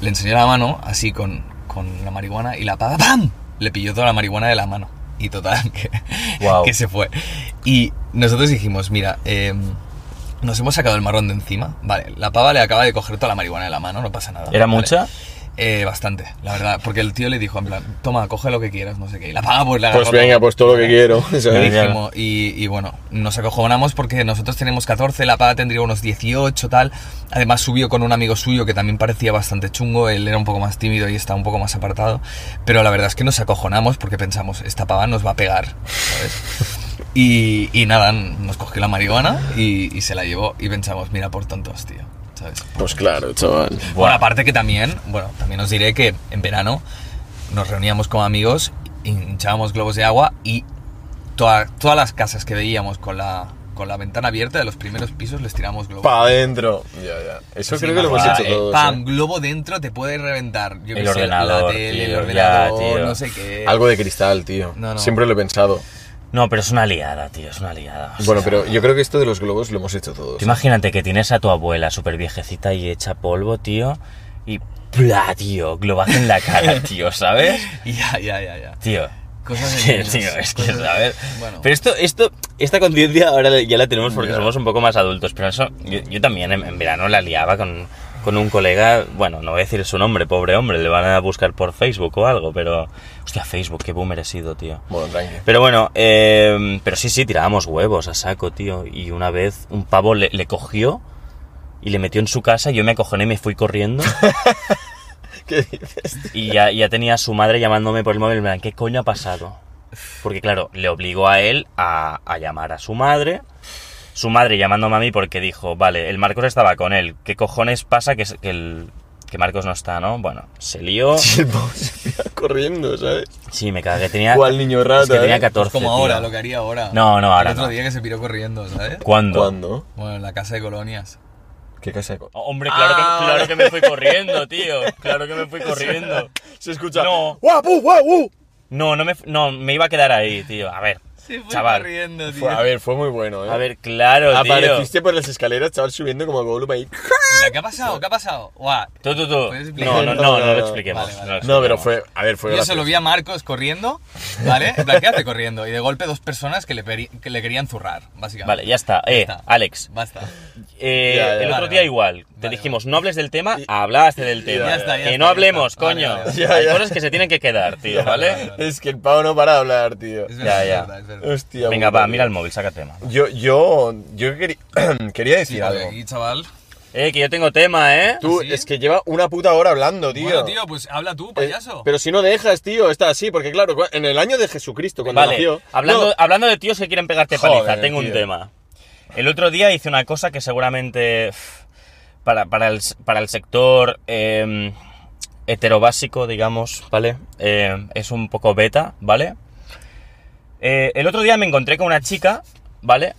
le enseñé la mano así con, con la marihuana y la pava ¡pam! Le pilló toda la marihuana de la mano. Y total, que,
Guau.
que se fue. Y nosotros dijimos, mira, eh, nos hemos sacado el marrón de encima. Vale, la pava le acaba de coger toda la marihuana de la mano, no pasa nada.
¿Era
Vale.
mucha?
Eh, bastante, la verdad. Porque el tío le dijo, en plan, toma, coge lo que quieras, no sé qué. Y la pava pues la
Pues
agarró todo.
venga, pues todo lo
<laughs>
que quiero.
Y
Ya,
¿sabes?
ya.
dijimos- y, y bueno, nos acojonamos porque nosotros tenemos 14, la paga tendría unos 18, tal. Además subió con un amigo suyo que también parecía bastante chungo, él era un poco más tímido y estaba un poco más apartado. Pero la verdad es que nos acojonamos porque pensamos, esta paga nos va a pegar, ¿sabes? Y, y nada, nos cogió la marihuana y, y se la llevó y pensamos, mira, por tontos, tío, ¿sabes?
Pues claro, chaval.
Bueno, aparte que también, bueno, también os diré que en verano nos reuníamos con amigos, hinchábamos globos de agua y toda- todas las casas que veíamos con la, con la ventana abierta de los primeros pisos les tiramos globos.
Pa' adentro. Ya, ya. Eso
Sí,
creo que lo hemos
guau,
hecho
eh,
todos.
Pam,
¿eh?
globo dentro te puede reventar. Yo qué
El
sé,
ordenador,
la tele,
tío,
el
ya,
ordenador,
tío.
no sé
eh.
qué.
Algo de cristal, tío.
No, no.
Siempre lo he pensado.
No, pero es una liada, tío, es una liada. o
Bueno,
sea,
pero yo creo que esto de los globos lo hemos hecho todos.
tú imagínate que tienes a tu abuela súper viejecita y hecha polvo, tío, y ¡plá, tío! Globazo en la cara, <laughs> tío, ¿sabes?
<laughs> Ya, ya, ya, ya.
Tío.
Cosas de
es que,
niños,
tío, es que,
cosas de-
¿sabes?
bueno.
Pero esto, esto, esta conciencia ahora ya la tenemos porque somos un poco más adultos. Pero eso, yo, yo también en, en verano la liaba con, con un colega, bueno, no voy a decir su nombre, pobre hombre, le van a buscar por Facebook o algo, pero. Hostia, Facebook, qué boomer he sido, tío.
Bueno, tranqui. <laughs>
Pero bueno, eh, pero sí, sí, tirábamos huevos a saco, tío. Y una vez un pavo le, le cogió y le metió en su casa, yo me acojoné y me fui corriendo.
<laughs> ¿Qué dices?
Y ya, ya tenía a su madre llamándome por el móvil, en plan, ¿qué coño ha pasado? Porque claro, le obligó a él a, a llamar a su madre. Su madre llamándome a mí porque dijo, vale, el Marcos estaba con él. ¿Qué cojones pasa que, es- que el, que Marcos no está, ¿no? Bueno, se
<laughs>
lió.
Sí, el pavo se iba corriendo, ¿sabes?
Sí, me cagué. Tenía,
Cual niño
es que
rata,
tenía
eh.
14.
pues Como ahora,
tío.
lo que haría ahora.
No, no, ahora
El otro
no.
día que se piró corriendo, ¿sabes?
¿Cuándo?
¿Cuándo?
Bueno, en la casa de colonias.
¿Qué casa de co-
Oh, Hombre, claro,
Ah,
que,
vale.
claro que me fui corriendo, tío. Claro que me fui corriendo.
<laughs> Se escucha.
No.
¡Guapu, guapu!
No, no me, fu- no, me iba a quedar ahí, tío. A ver,
Se fue
chaval.
corriendo, tío.
Fue- a ver, fue muy bueno, ¿eh?
A ver, claro, tío.
Apareciste por las escaleras, chaval, subiendo como a Gollum ahí.
¿Qué ha pasado? ¿Qué ha pasado? Guau.
Tú, tú, tú.
¿Puedes explicar?
No, no, no,
No,
no,
no,
lo
no.
expliquemos.
Vale, vale.
lo
No, pero
expliquemos.
fue. A ver, fue
Yo se
gracioso.
lo vi a Marcos corriendo, ¿vale? En plan, ¿Qué hace corriendo? Y de golpe dos personas que le, peri- que le querían zurrar, básicamente.
Vale, ya está. Eh,
está.
Alex.
Basta.
eh,
Ya, ya,
el otro
vale,
día
vale.
igual. Te
Vale,
dijimos, no hables del tema, hablaste del tema.
está, ya
que
está,
no
ya
hablemos,
está. Vale,
coño.
vale,
vale.
Hay
Ya, ya.
cosas que se tienen que quedar, tío, ¿vale?
Es que el pavo no para de hablar, tío.
Es verdad,
ya.
es verdad, es verdad.
Hostia.
Venga,
puta,
va,
tío.
mira el móvil, saca tema.
Yo, yo, yo queri- <clears throat> quería decir
Sí, porque
algo.
aquí, chaval.
Eh, que yo tengo tema, ¿eh?
Tú,
¿Ah, ¿Sí?
es que lleva una puta hora hablando, tío.
Bueno, tío, pues habla tú,
Eh,
payaso. <laughs>
pero si no dejas, tío, está así, porque claro, cua- en el año de Jesucristo, cuando
Vale,
nació.
hablando,
No,
hablando de tíos que quieren pegarte
Joder,
paliza, tengo un
tío.
tema. El otro día hice una cosa que seguramente uf, para, para el, para el sector eh, heterobásico, digamos, ¿vale? Eh, es un poco beta, ¿vale? Eh, el otro día me encontré con una chica, ¿vale?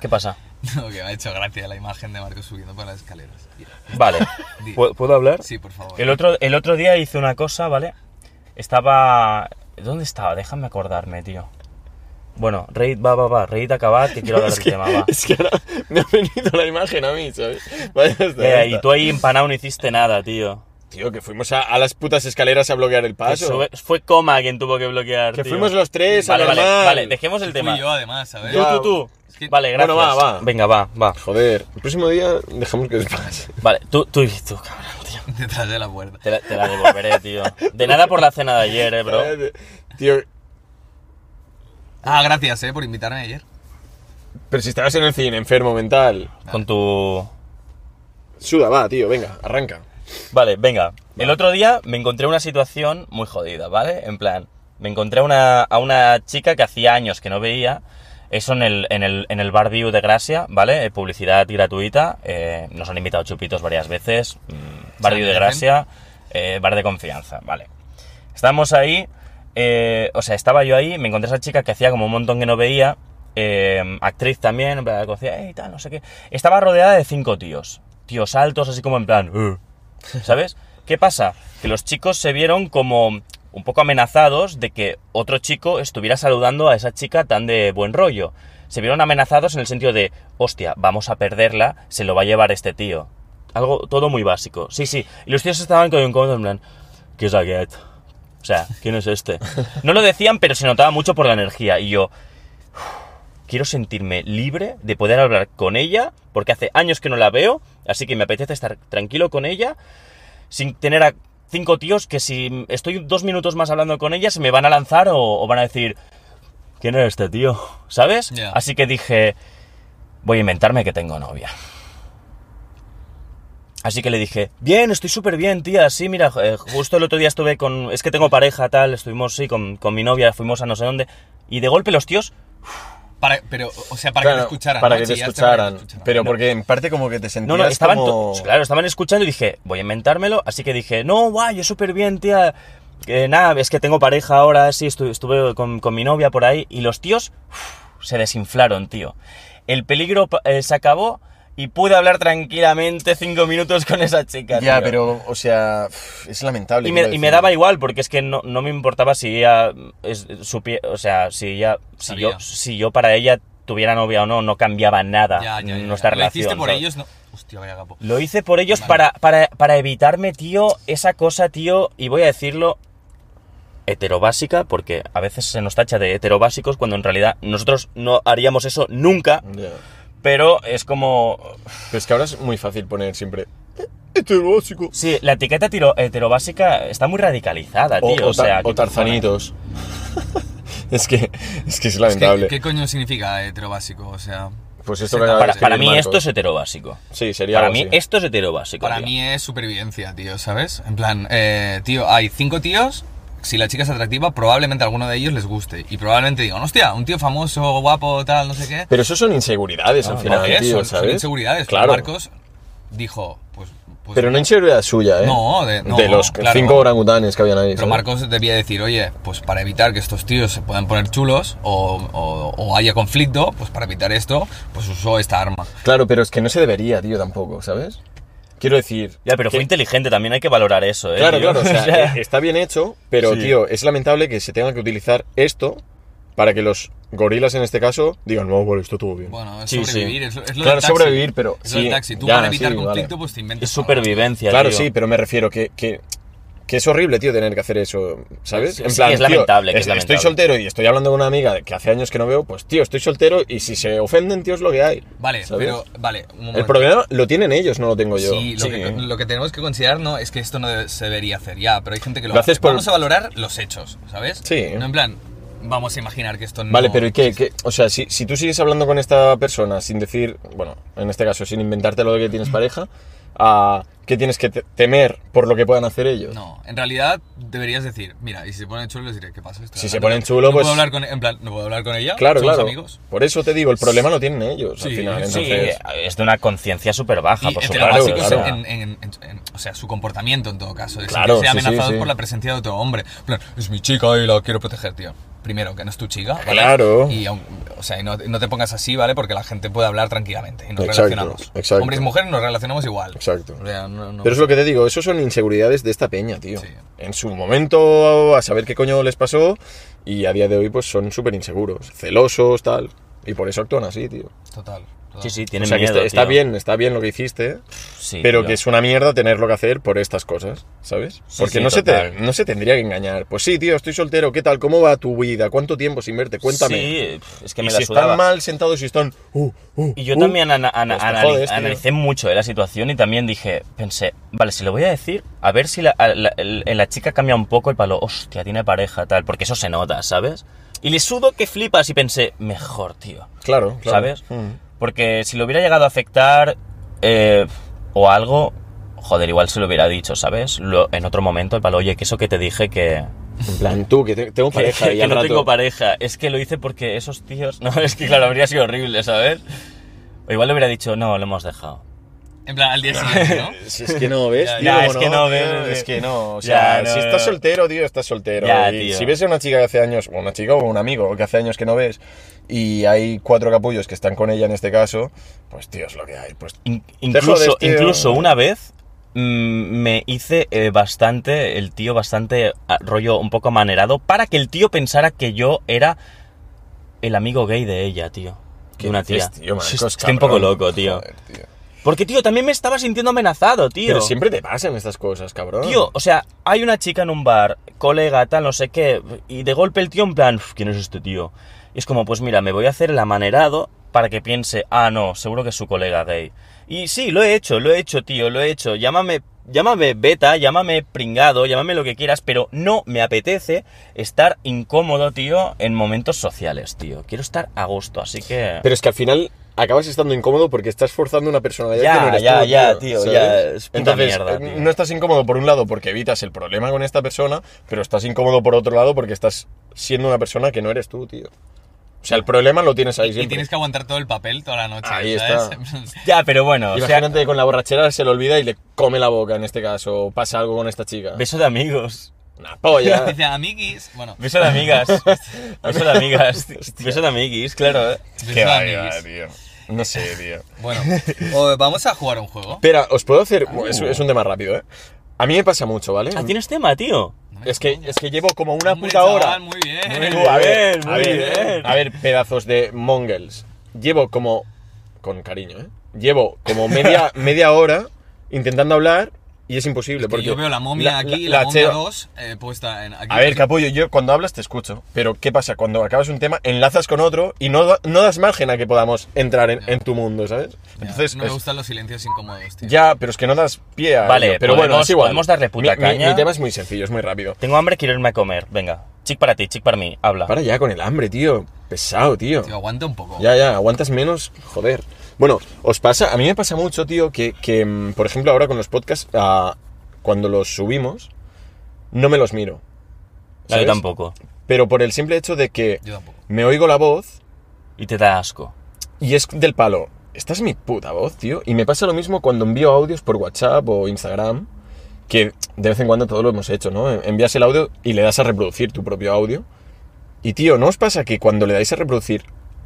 ¿Qué pasa?
No, que me ha hecho gracia la imagen de Marcos subiendo por las escaleras.
<laughs>
Vale.
Di.
¿Puedo hablar? <laughs>
Sí, por favor.
El otro, el otro día hice una cosa, ¿vale? Estaba... ¿Dónde estaba? Déjame acordarme, tío. Bueno, Reid, va, va, va. Reid, acabad,
<laughs>
que quiero hablar
es,
del
que,
tema, va.
es que ahora me ha venido la imagen a mí, ¿sabes? Vaya, ya está,
Eh,
ya
y
está.
tú ahí empanado no hiciste nada, tío.
Tío, que fuimos a, a las putas escaleras a bloquear el
Que
paso.
sube- Fue coma quien tuvo que bloquear.
Que
tío.
fuimos los tres
Vale,
a
vale,
normal.
vale, dejemos el tema.
Fui yo, además, ¿sabes?
Tú,
Ya.
tú, tú.
Es que-
Vale, gracias.
Bueno, va, va.
Venga, va, va.
Joder, el próximo día dejamos que os pase.
Vale, tú, tú, tú, cabrón, tío.
<laughs> Detrás de la puerta.
Te la, te la devolveré, tío. De nada por la cena de ayer, eh, bro.
<laughs> Tío,
Ah, gracias, eh, por invitarme ayer.
pero si estabas en el cine, enfermo mental.
Con tu...
Suda, va, tío, venga, arranca.
Vale, venga. El otro día me encontré una situación muy jodida, ¿vale? En plan, me encontré a una, a una chica que hacía años que no veía. Eso en el, en el, en el Bar View de Gracia, ¿vale? Eh, Publicidad gratuita. eh, nos han invitado chupitos varias veces. mm, Bar
Se
View de
merecen.
Gracia, eh, bar de confianza, ¿vale? Estábamos ahí, eh, o sea, estaba yo ahí, me encontré a esa chica que hacía como un montón que no veía, eh, actriz también, en plan, que hacía, "Ey, tal, no sé qué. Estaba rodeada de cinco tíos, tíos altos, así como en plan, "Eh", ¿sabes? ¿Qué pasa? Que los chicos se vieron como un poco amenazados de que otro chico estuviera saludando a esa chica tan de buen rollo. Se vieron amenazados en el sentido de, hostia, vamos a perderla, se lo va a llevar este tío. Algo, todo muy básico. Sí, sí. Y los tíos estaban con incómodos en plan, ¿qué es aquel? O sea, ¿quién es este? No lo decían, pero se notaba mucho por la energía. Y yo, "Uf, quiero sentirme libre de poder hablar con ella, porque hace años que no la veo, así que me apetece estar tranquilo con ella, sin tener a cinco tíos que si estoy dos minutos más hablando con ella, se me van a lanzar o, o van a decir, ¿quién es este tío? ¿Sabes?
Ya.
Así que dije, voy a inventarme que tengo novia. Así que le dije, bien, estoy súper bien, tía. Sí, mira, eh, justo el otro día estuve con... Es que tengo pareja, tal, estuvimos, sí, con, con mi novia, fuimos a no sé dónde. Y de golpe los tíos...
Para, pero, o sea, para que
Claro,
te escucharan.
Para
¿no?
que te
Chillaste para que te
escucharan. Pero
No.
porque en parte como que te sentías
No, no, estaban...
como...
to- Claro, estaban escuchando y dije, voy a inventármelo. Así que dije, no, guay, yo súper bien, tía. Eh, nada, es que tengo pareja ahora, sí, estu- estuve con, con mi novia por ahí. Y los tíos uf, se desinflaron, tío. El peligro pa- eh, se acabó y pude hablar tranquilamente cinco minutos con esa chica.
Ya,
tío.
pero, o sea, pf, es lamentable.
Y
quiero
me, y me
decir.
daba igual, porque es que no, no me importaba si ella es- supie- o sea, si ella, si
Sabía.
yo, si yo para ella tuviera novia o no, no cambiaba nada
Ya, ya, ya,
nuestra
ya. Lo
relación.
hiciste por
¿sabes?
ellos, no. Hostia, vaya capo.
Lo hice por ellos
Vale.
para, para, para evitarme, tío, esa cosa, tío, y voy a decirlo heterobásica, porque a veces se nos tacha de heterobásicos cuando en realidad nosotros no haríamos eso nunca,
Ya.
pero es como,
Pero es que ahora es muy fácil poner siempre... "Eh, Esto es básico.
sí, la etiqueta tiro, heterobásica está muy radicalizada, Ah, tío,
O,
o,
o ta-
sea,
o
que-
tarzanitos. <laughs> es, que, es que es
Es que,
lamentable.
¿Qué coño significa hetero básico? O sea,
Pues esto que acaba de
Para,
escribir
para mí
Marcos.
esto es heterobásico.
Sí, sería
Para
algo
mí
así.
esto es heterobásico.
para
tío.
mí es supervivencia, tío, ¿sabes? En plan, eh, tío, hay cinco tíos. Si la chica es atractiva, probablemente a alguno de ellos les guste. Y probablemente digan, hostia, un tío famoso, guapo, tal, no sé qué.
Pero eso son inseguridades al final,
Porque
tío,
son, son
¿sabes?
inseguridades. pero
Claro.
Marcos dijo, pues, pues-
Pero no inseguridad suya, ¿eh?
No, de- no,
de los
claro.
cinco orangutanes que habían ahí.
Pero
¿sabes?
Marcos debía decir, oye, pues para evitar que estos tíos se puedan poner chulos o, o- o haya conflicto, pues para evitar esto, pues usó esta arma.
Claro, pero es que no se debería, tío, tampoco, ¿sabes? Quiero decir...
Ya, pero fue
que-
inteligente, también hay que valorar eso, ¿eh?
Claro,
tío? <laughs>
claro, o sea, eh, está bien hecho, pero,
Sí.
tío, es lamentable que se tenga que utilizar esto para que los gorilas, en este caso, digan, no, bueno, esto estuvo bien.
Bueno, es
Sí,
sobrevivir, es, es lo
Claro,
del taxi.
sobrevivir, pero
Es lo del
sí,
taxi. Tú
ya,
para evitar
sí, vale.
conflicto, pues te inventas.
es supervivencia,
claro,
tío.
sí, pero me refiero que, que, que es horrible, tío, tener que hacer eso, ¿sabes?
Sí, sí, es lamentable, que es
Estoy
lamentable.
soltero y estoy hablando con una amiga que hace años que no veo, pues, tío, estoy soltero y si se ofenden, tío, es lo que hay.
Vale,
¿sabes?
pero. Vale, un
El
momento.
problema lo tienen ellos, no lo tengo yo.
Sí, lo, Que, lo que tenemos que considerar no es que esto no debe- se debería hacer ya, pero hay gente que lo,
Lo
hace.
haces por-
Vamos a valorar los hechos, ¿sabes?
Sí.
No en plan, vamos a imaginar que esto no.
Vale, pero ¿y qué? qué? O sea, si, si tú sigues hablando con esta persona sin decir, bueno, en este caso, sin inventarte lo de que tienes pareja, ah, ¿qué tienes que te- temer por lo que puedan hacer ellos?
No, en realidad deberías decir, mira, y si se ponen chulos, les diré, ¿qué pasa? Estoy
Si se
hablando
ponen
con-
chulo,
¿no
pues-
Puedo hablar con, en plan, ¿No puedo hablar con ella?
Claro,
¿Somos
claro.
amigos?
Por eso te digo, el problema lo tienen ellos al
Sí,
final.
sí,
Sí,
Entonces,
es de una conciencia súper baja,
Y
por
entre
supuesto.
los
claro,
básicos,
Ah,
en-
claro.
en- en- en- o sea, su comportamiento en todo caso, de
Claro,
sentirse
sí, sí,
amenazados
sí.
por la presencia de otro hombre. En plan, es mi chica y la quiero proteger, tío. Primero, que no es tu chica, ¿vale?
Claro.
Y, aun- o sea, y no, no te pongas así, ¿vale? Porque la gente puede hablar tranquilamente y nos
Exacto,
relacionamos.
exacto.
Hombres y mujeres nos relacionamos igual.
Exacto.
O sea, no- no-
Pero es lo que te digo, eso son inseguridades de esta peña, tío.
Sí.
En su momento, a saber qué coño les pasó, y a día de hoy, pues son súper inseguros, celosos, tal. Y por eso actúan así, tío.
Total. total.
Sí, sí, tienen
o sea, que
miedo,
está, está
tío.
bien, está bien lo que hiciste,
Sí,
pero
tío.
que es una mierda tenerlo que hacer por estas cosas, ¿sabes?
Sí,
Porque
sí,
no, se te,
total.
no se tendría que engañar. Pues sí, tío, estoy soltero, ¿qué tal? ¿Cómo va tu vida? ¿Cuánto tiempo sin verte? Cuéntame.
Sí, pf, es que
y
me
si
la
están
sudaba.
mal sentados y están... uh, uh,
Y yo
uh,
también ana- ana-
pues te
anali-
jodes, tío.
analicé mucho eh, la situación y también dije, pensé, vale, si lo voy a decir, a ver si la, a- la- el- la chica cambia un poco el palo, hostia, tiene pareja, tal, porque eso se nota, ¿sabes? Y le sudo que flipas y pensé, mejor, tío.
Claro, claro.
¿Sabes?
Mm.
Porque si lo hubiera llegado a afectar eh, o algo, joder, igual se lo hubiera dicho, ¿sabes? Lo- en otro momento, el palo, oye, que eso que te dije que...
En plan, tú, que te- tengo
que- <laughs>
pareja
que
y al
no tengo
rato-
pareja, es que lo hice porque esos tíos... <laughs> No, es que claro, habría sido horrible, ¿sabes? O igual le hubiera dicho, no, lo hemos dejado.
En plan, al día siguiente,
<laughs>
¿no?
<laughs> Si es que no ves,
Ya,
tío.
ya, es que no
tío,
ves, ves.
Es que no. O sea,
Ya, no,
si
no.
estás soltero, tío, estás soltero.
Ya,
y
tío.
si ves a una chica que hace años, o una chica o un amigo que hace años que no ves, y hay cuatro capullos que están con ella en este caso, pues tío, es lo que hay. Pues
In-
Te jodes,
incluso,
tío.
incluso una vez mm, me hice eh, bastante, el tío bastante ah, rollo un poco manerado para que el tío pensara que yo era el amigo gay de ella, tío. De una tía.
dices, tío, Marcos,
Estoy un
cabrón.
poco loco, tío.
Joder, tío.
Porque, tío, también me estaba sintiendo amenazado, tío.
Pero siempre te pasan estas cosas, cabrón.
Tío, o sea, hay una chica en un bar, colega, tal, no sé qué, y de golpe el tío en plan, "Uf, ¿quién es este tío? Y es como, pues mira, me voy a hacer el amanerado para que piense, ah, no, seguro que es su colega gay. Y sí, lo he hecho, lo he hecho, tío, lo he hecho. Llámame, llámame beta, llámame pringado, llámame lo que quieras, pero no me apetece estar incómodo, tío, en momentos sociales, tío. Quiero estar a gusto, así que...
Pero es que al final acabas estando incómodo porque estás forzando una personalidad
Ya,
que no eres
ya,
tú,
ya, tío,
¿sabes?
ya, es puta
Entonces,
mierda,
eh,
tío.
no estás incómodo por un lado porque evitas el problema con esta persona, pero estás incómodo por otro lado porque estás siendo una persona que no eres tú, tío. O sea, el problema lo tienes ahí
Y
siempre.
tienes que aguantar todo el papel toda la noche.
Ahí
¿sabes?
<laughs>
Ya, pero bueno, o sea,
Imagínate que con la borrachera se le olvida y le come la boca en este caso, o pasa algo con esta chica.
beso de amigos.
Una
<laughs>
polla.
Dice, amiguis. Bueno,
Beso de amigas. Beso de amigas. Beso de amiguis, claro. ¿eh?
beso
Qué
de
vaina,
amiguis.
tío. No sé,
<laughs>
tío.
Bueno, o vamos a jugar un juego.
Espera, os puedo hacer. Es, es un tema rápido, ¿eh? A mí me pasa mucho, ¿vale?
Ah, tienes tema, tío.
Es que, es que llevo como una
Hombre,
puta
chaval,
hora.
Muy bien.
Muy
Tú, a ver,
bien,
a
muy
ver,
bien.
a ver, pedazos de mongels. Llevo como. Con cariño, ¿eh? Llevo como
<laughs>
media, media hora intentando hablar y es imposible.
Que
porque
yo veo la momia aquí, la, momia
cheva-
2, eh, puesta en aquí.
A ver, Capullo, yo cuando hablas te escucho, pero ¿qué pasa? Cuando acabas un tema, enlazas con otro y no, da- no das margen a que podamos entrar en, en tu mundo, ¿sabes?
Ya,
Entonces,
no me
es-
gustan los silencios incómodos, tío.
ya, pero es que no das pie a.
Vale,
ello. pero bueno,
podemos-
es igual.
podemos darle puta
Mi- mi-
caña.
mi tema es muy sencillo, es muy rápido.
Tengo hambre, quiero irme a comer. Venga, chic para ti, chic para mí. Habla.
Para ya con el hambre, tío. Pesado, tío.
Tío, aguanta un poco.
Ya, ya, aguantas menos, joder. Bueno, os pasa, a mí me pasa mucho, tío, que, que, mm, por ejemplo, ahora con los podcasts, ah, cuando los subimos, no me los miro.
No, yo
¿sabes?
tampoco.
Pero por el simple hecho de que
Yo tampoco.
me oigo la voz
Y te da asco.
y es del palo. esta es mi puta voz, tío. Y me pasa lo mismo cuando envío audios por WhatsApp o Instagram, que de vez en cuando todos lo hemos hecho, ¿no? Envías el audio y le das a reproducir tu propio audio. Y tío, ¿no os pasa que cuando le dais a reproducir,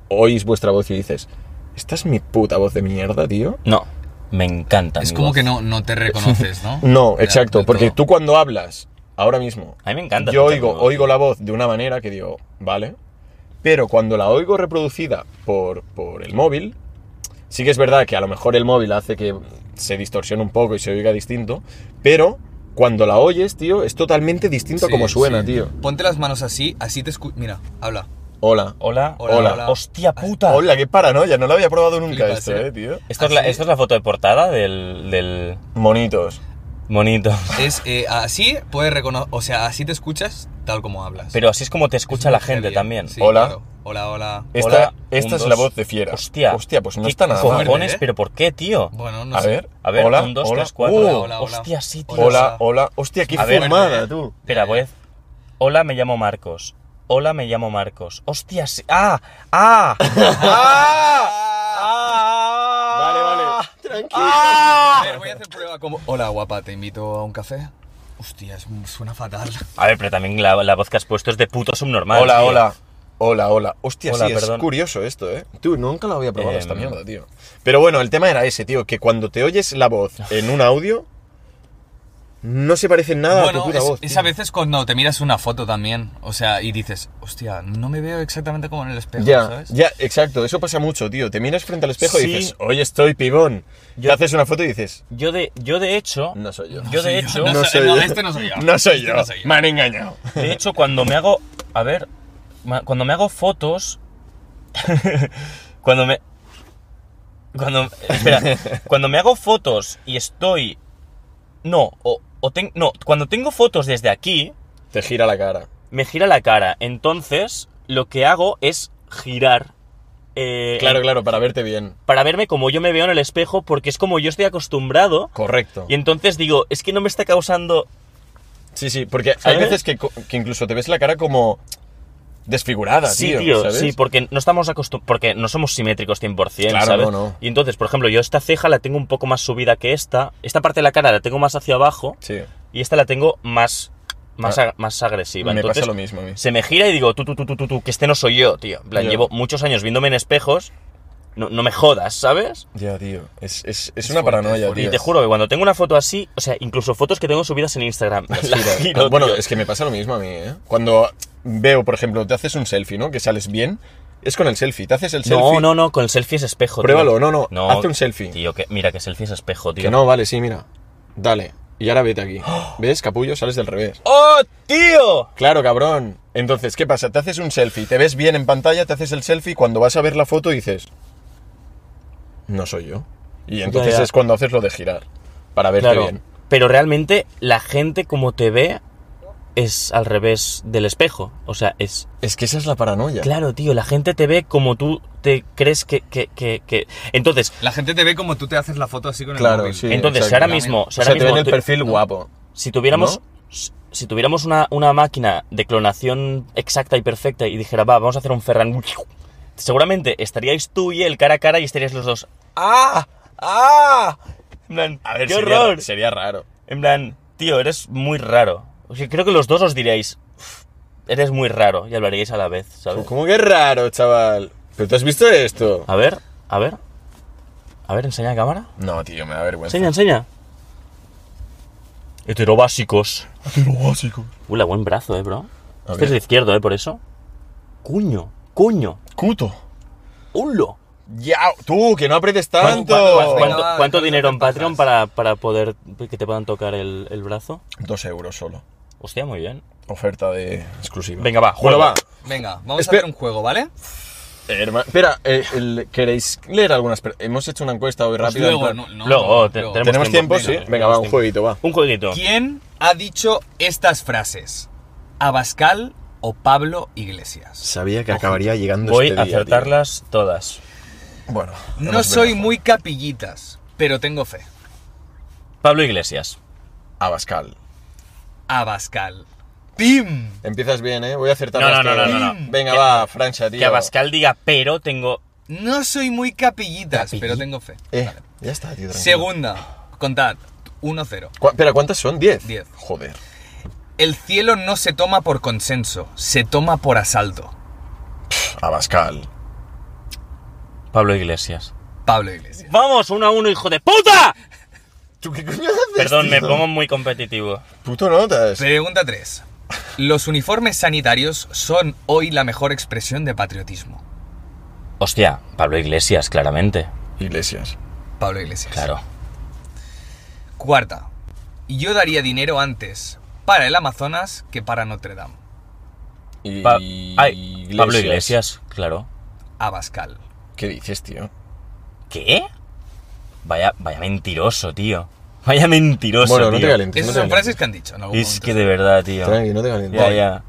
oís vuestra voz y dices, esta es mi puta voz de mierda, tío?
No, me encanta.
Es
mi
como
voz.
que no, no te reconoces, ¿no?
<laughs> No,
Del-
exacto,
del
porque
todo.
tú cuando hablas, ahora mismo,
A mí me encanta.
yo
escuchar
oigo,
tu voz.
oigo la voz de una manera que digo, vale, pero cuando la oigo reproducida por, por el móvil, sí que es verdad que a lo mejor el móvil hace que se distorsione un poco y se oiga distinto, pero cuando la oyes, tío, es totalmente distinto a
Sí,
como suena,
sí.
tío.
Ponte las manos así, así te escuchas. Mira, habla.
Hola.
Hola,
Hola,
Hola.
hola.
Hostia puta.
Hola, qué paranoia, no lo había probado nunca
Flipas,
esto,
¿eh?
eh, tío.
Esto, es la,
Así-
esto es la foto de portada del, del
Monitos.
monito.
Es eh, así puedes reconocer, o sea, así te escuchas tal como hablas.
Pero así es como te escucha
muy
la gente
heavy, ¿eh?
también.
Sí,
Hola.
claro. Hola, hola.
Esta,
Hola,
esta
un,
es la
dos.
voz de fiera.
Hostia.
Hostia, pues no
¿Qué
está nada mal.
cojones?
¿eh?
¿Pero por qué, tío?
Bueno, no
A
sé.
ver,
A ver,
hola,
un, dos,
hola.
tres, cuatro.
Hola, hola, hola.
Hostia, sí, tío.
Hola, hola. Hostia, qué
A ver.
fumada, tú.
Espera, voy a- Hola, me llamo Marcos. Hola, me llamo Marcos. Hostia, sí. ¡Ah!
<laughs>
¡Ah!
Vale,
¡Ah!
vale. Ah. Tranquilo.
A ver, voy a hacer prueba como. Hola, guapa, te invito a un café. Hostia, es- suena fatal.
A ver, pero también la, la voz que has puesto es de puto subnormal.
Hola,
tío.
hola. Hola, hola. Hostia,
Hola,
sí,
perdón.
es curioso esto, ¿eh? Tú, nunca lo había probado
Em.
esta mierda, tío. Pero bueno, el tema era ese, tío, que cuando te oyes la voz en un audio, no se parece en nada a tu
bueno,
puta
es,
voz.
es
pues tío.
a veces cuando te miras una foto también. O sea, y dices, hostia, no me veo exactamente como en el espejo,
Ya,
¿sabes?
ya, exacto, eso pasa mucho, tío. Te miras frente al espejo
Sí.
y dices, hoy estoy pibón. Te
Yo-
haces una foto y dices,
Yo de, yo de hecho.
no soy yo.
Yo de
Sí,
hecho.
no,
No
soy,
soy
no,
yo.
este no soy yo.
<laughs> No soy
Este
yo.
no soy yo.
Me han engañado.
De hecho, cuando me hago. A ver. ma- Cuando me hago fotos. <laughs> cuando me. Cuando.
<laughs>
Espera. cuando me hago fotos y estoy. No, o, o ten- no, cuando tengo fotos desde aquí,
Te gira la cara.
me gira la cara. Entonces, lo que hago es girar. eh,
Claro, claro, para verte bien.
Para verme como yo me veo en el espejo, porque es como yo estoy acostumbrado.
Correcto.
Y entonces digo, es que no me está causando.
Sí, sí, porque hay
¿Sabes?
veces que, co- que incluso te ves la cara como desfigurada,
Sí,
Ah, tío.
tío,
¿sabes?
sí, porque no estamos acostum- porque no somos simétricos 100%,
Claro,
¿sabes?
no, no.
Y entonces, por ejemplo, yo esta ceja la tengo un poco más subida que esta, esta parte de la cara la tengo más hacia abajo
Sí.
y esta la tengo más más,
Ah.
ag- más agresiva.
me
entonces,
pasa lo mismo a mí.
se me gira y digo, tú, tú, tú, tú, tú, tú, que este no soy yo, tío. En plan,
Ya.
llevo muchos años viéndome en espejos, no, no me jodas, ¿sabes?
Ya, tío. Es, es- es
Es
una
fuerte,
paranoia,
es fuerte.
tío.
Y te juro que cuando tengo una foto así, o sea, incluso fotos que tengo subidas en Instagram,
Las
la
giras.
<laughs> giro,
Ah, bueno,
tío.
es que me pasa lo mismo a mí, ¿eh? Cuando veo, por ejemplo, te haces un selfie, ¿no? Que sales bien. Es con el selfie. Te haces el selfie.
No, no, no, con el selfie es espejo. tío.
Pruébalo, no, no, hazte un selfie.
Tío, que, mira que selfie es espejo, tío.
Que no, vale, sí, mira. Dale. Y ahora
<gasps>
vete aquí. ¿Ves, capullo? Sales del revés.
¡Oh, tío!
Claro, cabrón. Entonces, ¿qué pasa? Te haces un selfie, te ves bien en pantalla, te haces el selfie, cuando vas a ver la foto dices, no soy yo. Y entonces
Ya, ya.
es cuando haces lo de girar, para verte
Claro.
bien.
Pero realmente la gente como te ve es al revés del espejo. O sea, es...
Es que esa es la paranoia.
Claro, tío, la gente te ve como tú te crees que... que, que, que- Entonces,
La gente te ve como tú te haces la foto así con el
Claro,
móvil.
sí.
entonces si
exacto.
ahora mismo... Si
o
ahora
sea, te
mismo
ven el
tu-
perfil guapo.
Si tuviéramos...
¿no?
Si si tuviéramos una, una máquina de clonación exacta y perfecta y dijera, va, vamos a hacer un Ferran... <laughs> Seguramente estaríais tú y él cara a cara y estaríais los dos... ¡Ah! ¡Ah! En plan, ¡qué
sería,
horror!
sería raro.
En plan, tío, eres muy raro. O sea, creo que los dos os diréis, "Uf, eres muy raro, y hablaríais a la vez, ¿sabes?
¿Cómo que raro, chaval? ¿Pero tú has visto esto?
A ver, a ver. A ver, enseña a cámara.
No, tío, me da vergüenza.
Enseña, enseña. Eh, Heterobásicos.
Lo básico.
Uy, la buen brazo, eh, bro. Este
A
es
ver.
el izquierdo, eh, por eso. Cuño, cuño,
Cuto.
hulo.
Ya, tú, que no apretes
¿Cuándo-
tanto.
cuándo vas-
¿Cuánto,
va, deja
cuánto
de
dinero en
ventajas.
Patreon para, para poder que te puedan tocar el, el brazo?
Dos euros solo.
Hostia, muy bien.
Oferta de exclusiva.
Venga, va,
Bueno,
juega.
va.
Venga, vamos
Espe-
a hacer un juego, ¿vale?
Herma- Espera, eh, el- ¿queréis leer algunas? pre- Hemos hecho una encuesta hoy
Pues
rápida. en
luego,
plan-
no- no,
Luego,
no,
te-
luego.
tenemos-
¿Tenemos tiempo?
tiempo,
Sí.
venga,
Venga, va, un
tenemos
jueguito, va.
Un jueguito.
¿Quién ha dicho estas frases? ¿Abascal o Pablo Iglesias?
Sabía que acabaría llegando este
Voy a acertarlas todas.
Bueno.
No
hemos
soy
venido.
muy capillitas, pero tengo fe.
Pablo Iglesias.
Abascal.
Abascal. ¡Pim!
Empiezas bien, ¿eh? Voy a acertar
No,
las
no, no,
todas.
no, no, no.
Venga,
Que-
va, Francia, tío.
Que Abascal diga, pero tengo.
No soy muy capillitas, pero tengo fe.
Eh,
Vale.
ya está, tío. tranquilo.
Segunda, contad, 1-0.
¿Cu- ¿Pero cuántas son? ¿Diez?
Diez.
Joder.
El cielo no se toma por consenso, se toma por asalto.
Abascal.
Pablo Iglesias.
Pablo Iglesias.
¡Vamos! ¡Uno a uno, hijo de
<laughs>
puta!
¿Tú qué coño haces?
Perdón, me
tío?
pongo muy competitivo.
Puto notas.
Pregunta 3. Los uniformes sanitarios son hoy la mejor expresión de patriotismo.
Hostia, Pablo Iglesias, claramente.
Iglesias.
Pablo Iglesias.
Claro.
Cuarta. Yo daría dinero antes para el Amazonas que para Notre Dame.
Y-
Pa- Ay, Pablo Iglesias, claro.
Abascal.
¿Qué dices, tío?
¿Qué? Vaya, vaya mentiroso, tío. Vaya mentiroso,
Bueno, no te
tío.
calientes. no
Esas
te
son
calientes.
frases que han dicho en algún
es
momento.
que de verdad, tío.
Tranqui, no te calientes.
Ya, ya.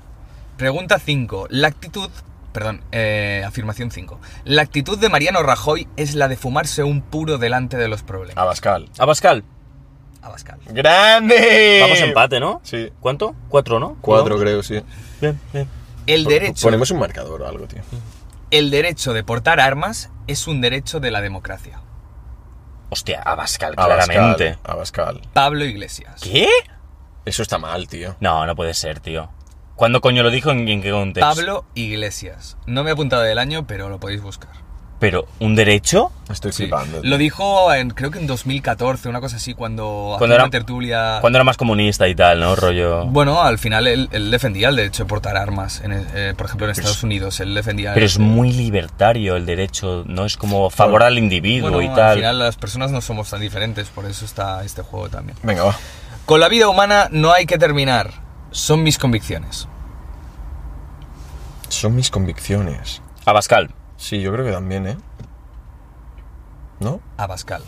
Pregunta 5. La actitud... Perdón, eh, afirmación 5. La actitud de Mariano Rajoy es la de fumarse un puro delante de los problemas.
Abascal.
Abascal,
Abascal.
¡Grande!
vamos a empate, ¿no?
Sí.
¿Cuánto? ¿Cuatro, no?
Cuatro,
¿No?
creo, sí.
Bien, bien.
El derecho,
Ponemos un marcador o algo, tío.
el derecho de portar armas es un derecho de la democracia.
Hostia, Abascal,
Abascal,
claramente.
Abascal.
Pablo Iglesias.
¿Qué?
Eso está mal, tío.
No, no puede ser, tío. ¿Cuándo coño lo dijo? ¿En, en qué contexto?
Pablo Iglesias. No me he apuntado del año, pero lo podéis buscar.
¿Pero un derecho?
Estoy
Sí.
flipando. tío.
Lo dijo en, creo que en 2014, una cosa así, cuando, hacía
Cuando era-
una tertulia.
Cuando era más comunista y tal, ¿no? Rollo...
Bueno, al final él, él defendía el derecho de portar armas. en, eh, por ejemplo, en Estados Unidos, él defendía.
Pero
el-
es muy libertario el derecho, ¿no? Es como favor al individuo
Bueno,
y
al
tal.
final las personas no somos tan diferentes, por eso está este juego también.
Venga, va.
Con la vida humana no hay que terminar. Son mis convicciones.
Son mis convicciones.
Abascal.
Sí, yo creo que también, ¿eh? ¿No?
Abascal.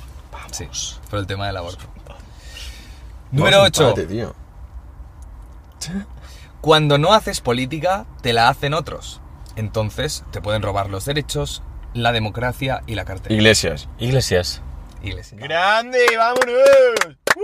Sí, por el tema del aborto. Número
Vamos a
8.
empate, tío.
Cuando no haces política, te la hacen otros. Entonces, te pueden robar los derechos, la democracia y la cartera.
Iglesias.
Iglesias.
Iglesia.
¡Grande! ¡Vámonos! Uh.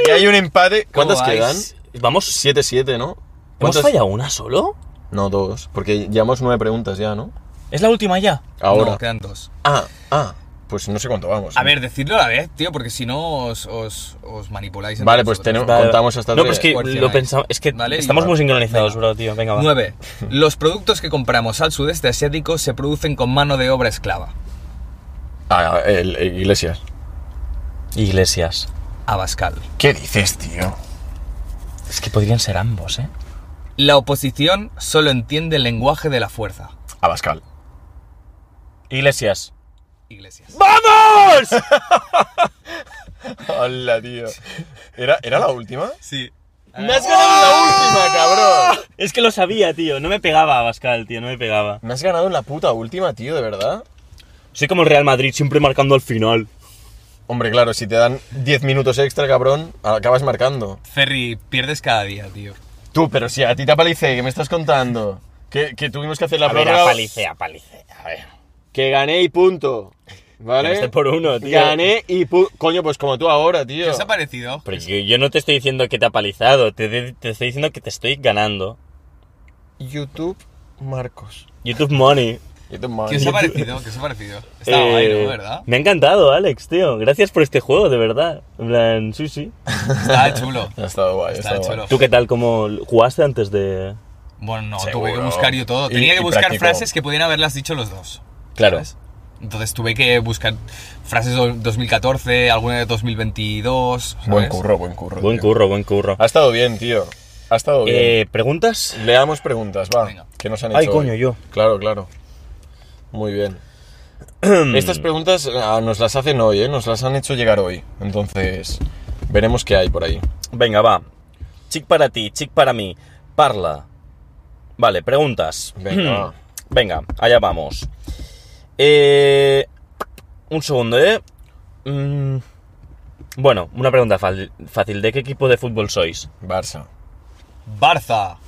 Aquí hay un empate. ¿Cuántas
vais?
quedan?
Vamos,
7-7, ¿no?
¿hemos
¿Cuántas?
fallado una solo?
No, dos. Porque llevamos nueve preguntas ya, ¿no?
¿Es la última ya?
Ahora.
No, quedan dos.
Ah, ah. Pues no sé cuánto vamos.
A
¿eh?
ver, decidlo a la vez, tío, porque si no os, os, os manipuláis. entre
Vale, pues
vosotros.
tenemos- Contamos hasta
No,
tres.
pero es que
Por cien
lo
ahí.
pensamos. Es que
Vale, y-
estamos muy sincronizados,
Venga.
bro, tío. Venga, va.
<laughs>
9. Los productos que compramos al sudeste asiático se producen con mano de obra esclava.
Ah, el- el Iglesias.
Iglesias.
Abascal.
¿Qué dices, tío?
Es que podrían ser ambos, ¿eh?
La oposición solo entiende el lenguaje de la fuerza.
Abascal.
Iglesias.
Iglesias.
¡Vamos!
Hola, tío. ¿Era, ¿Era la última?
Sí.
<laughs> ¡Me has ganado!
última, cabrón!
Es que lo sabía, tío. No me pegaba a Pascal, tío. No me pegaba.
Me has ganado en la puta última, tío, de verdad.
Soy como el Real Madrid, siempre marcando al final.
Hombre, claro, si te dan 10 minutos extra, cabrón, acabas marcando.
Ferry, pierdes cada día, tío.
Tú, pero si a ti te apalicé, ¿qué me estás contando? Que, que tuvimos que hacer la prórroga.
apalice. A ver.
Que gané y punto. ¿Vale?
Ganaste por uno, tío.
Gané y punto. Coño, pues como tú ahora, tío.
¿Qué os ha parecido?
Pero yo, yo no te estoy diciendo que te ha palizado. Te, de- te estoy diciendo que te estoy ganando.
YouTube Marcos.
YouTube Money.
YouTube
¿Qué os ha
Marcos.
parecido? ¿Qué os ha parecido? Estaba
Eh,
guay, ¿no? ¿Verdad?
Me ha encantado, Alex, tío. Gracias por este juego, de verdad. En plan, sí, sí.
<laughs>
Estaba chulo.
Ha estado guay, ha
Estaba
estado guay.
chulo.
¿Tú qué tal? ¿Cómo jugaste antes de...?
Bueno, no,
Seguro.
tuve que buscar yo todo.
Y-
Tenía que
y
buscar
práctico.
frases que pudieran haberlas dicho los dos.
Claro.
¿sabes? Entonces tuve que buscar frases de 2014, alguna de 2022. ¿sabes?
Buen curro, buen curro.
Buen
tío.
curro, buen curro.
Ha estado bien, tío. Ha estado bien.
Eh, ¿Preguntas?
Leamos preguntas, va.
Venga.
Que nos han hecho.
Ay, coño,
hoy.
yo.
Claro, claro. Muy bien. Estas preguntas ah, nos las hacen hoy, ¿eh? Nos las han hecho llegar hoy. Entonces, veremos qué hay por ahí.
Venga, va. Chic para ti, chic para mí. Parla. Vale, preguntas.
Venga.
<clears throat> Venga, allá vamos. Eh, un segundo, ¿eh? Mm, bueno, una pregunta fal- fácil. ¿De qué equipo de fútbol sois?
Barça.
Barça.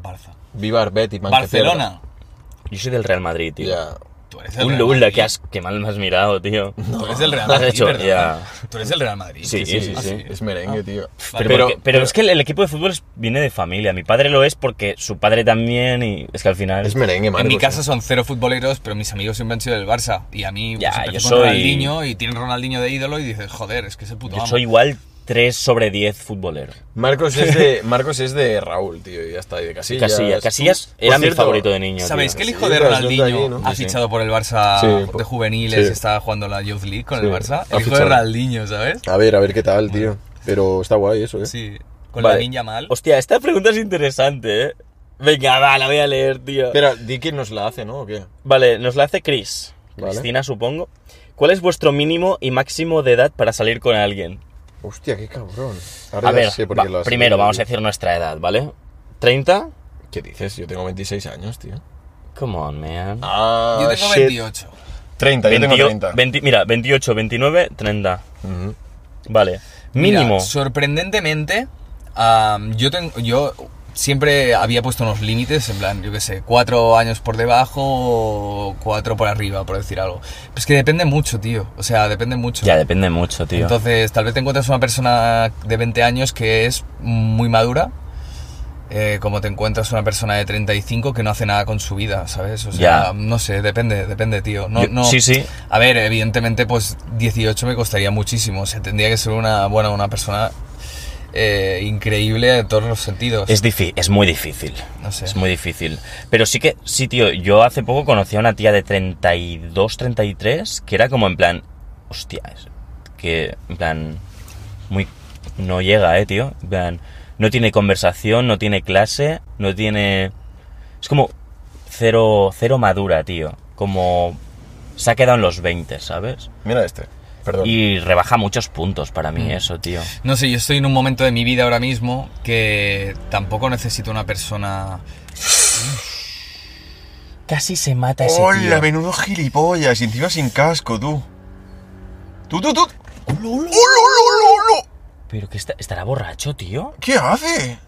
Barça.
Vivar, Betty, Manchester.
Barcelona.
Yo soy del Real Madrid, tío.
Ya.
Tú eres el
Ula,
Real
ula,
Madrid.
que, has, que mal me has
<laughs>
mirado, tío.
Tú eres
<laughs>
el Real
Has
Madrid,
hecho,
¿verdad?
ya.
Tú eres el Real Madrid.
Sí,
Sí, sí,
Ah,
sí,
sí.
es merengue, tío.
Vale.
Pero,
Pero-
porque- pero es que el, el equipo de fútbol es- viene de familia. Mi padre lo es porque su padre también y es que al final...
Es merengue, Marcos.
En mi casa
¿eh?
son cero futboleros, pero mis amigos siempre han sido del Barça. Y a mí, pues,
Ya,
empecé con
yo soy-
Ronaldinho y tienen Ronaldinho de ídolo y dices, joder, es que ese puto
yo
amo.
soy igual 3 sobre 10 futbolero.
Marcos es de <laughs> Marcos es de Raúl, tío, y ya está, y de Casillas.
Casillas, Casillas
Por
era mi
cierto,
favorito de niño.
¿Sabéis
tío.
que el
sí,
hijo de
pero es
Ronaldinho
de allí, ¿no?
ha
Sí, sí.
fichado por el Barça
Sí,
de
po-
juveniles,
sí.
está jugando la Youth League con
Sí,
el Barça?
ha
El hijo de
fichado.
Ronaldinho, ¿sabes?
A ver, a ver qué tal, tío. Pero está guay eso, ¿eh?
Sí, con
Vale.
la niña mal.
Hostia, esta pregunta es interesante, ¿eh? Venga, va, la voy a leer, tío.
Espera, di quién nos la hace, ¿no? ¿O qué?
Vale, nos la hace Chris.
Vale.
Cristina, supongo. ¿Cuál es vuestro mínimo y máximo de edad para salir con alguien?
Hostia, qué cabrón.
A
Ahora
ver,
ya sé por qué
va,
lo has-
primero vamos a decir nuestra edad, ¿vale? ¿30?
¿Qué dices? Yo tengo 26 años, tío.
Come on, man.
Ah,
Yo tengo
shit.
28.
30, yo tengo
20
30.
20 mira, 28, 29, 30.
Ujú.
Vale.
Mira,
Mínimo.
sorprendentemente, am, yo, ten- yo siempre había puesto unos límites, en plan, yo qué sé, cuatro años por debajo o cuatro por arriba, por decir algo. Pues que depende mucho, tío. O sea, depende mucho.
ya depende mucho, tío.
Entonces, tal vez te encuentres una persona de 20 años que es muy madura, eh, como te encuentras una persona de 35 que no hace nada con su vida, ¿sabes? O sea,
Ya.
no sé, depende, depende, tío. No,
Yo-
no-
sí, sí.
A ver, evidentemente, pues 18 me costaría muchísimo. O sea, tendría que ser una, bueno, una persona eh, increíble en todos los sentidos.
Es, difí- es muy difícil.
No sé.
Es muy difícil. Pero sí que, sí, tío, yo hace poco conocí a una tía de 32, 33, que era como en plan, hostia, es- que en plan, muy, no llega, eh, tío. En plan, no tiene conversación, no tiene clase, no tiene... Es como cero, cero madura, tío. Como se ha quedado en los 20, ¿sabes?
Mira este. Perdón.
Y rebaja muchos puntos para mí eso, tío.
No sé, yo estoy en un momento de mi vida ahora mismo que tampoco necesito una persona...
Casi se mata ese
Hola,
tío.
menudo gilipollas. Y encima sin casco, tú. Tú, tú, tú. ¡Hola, hola, hola!
Pero que está- estará borracho, tío.
¿Qué hace?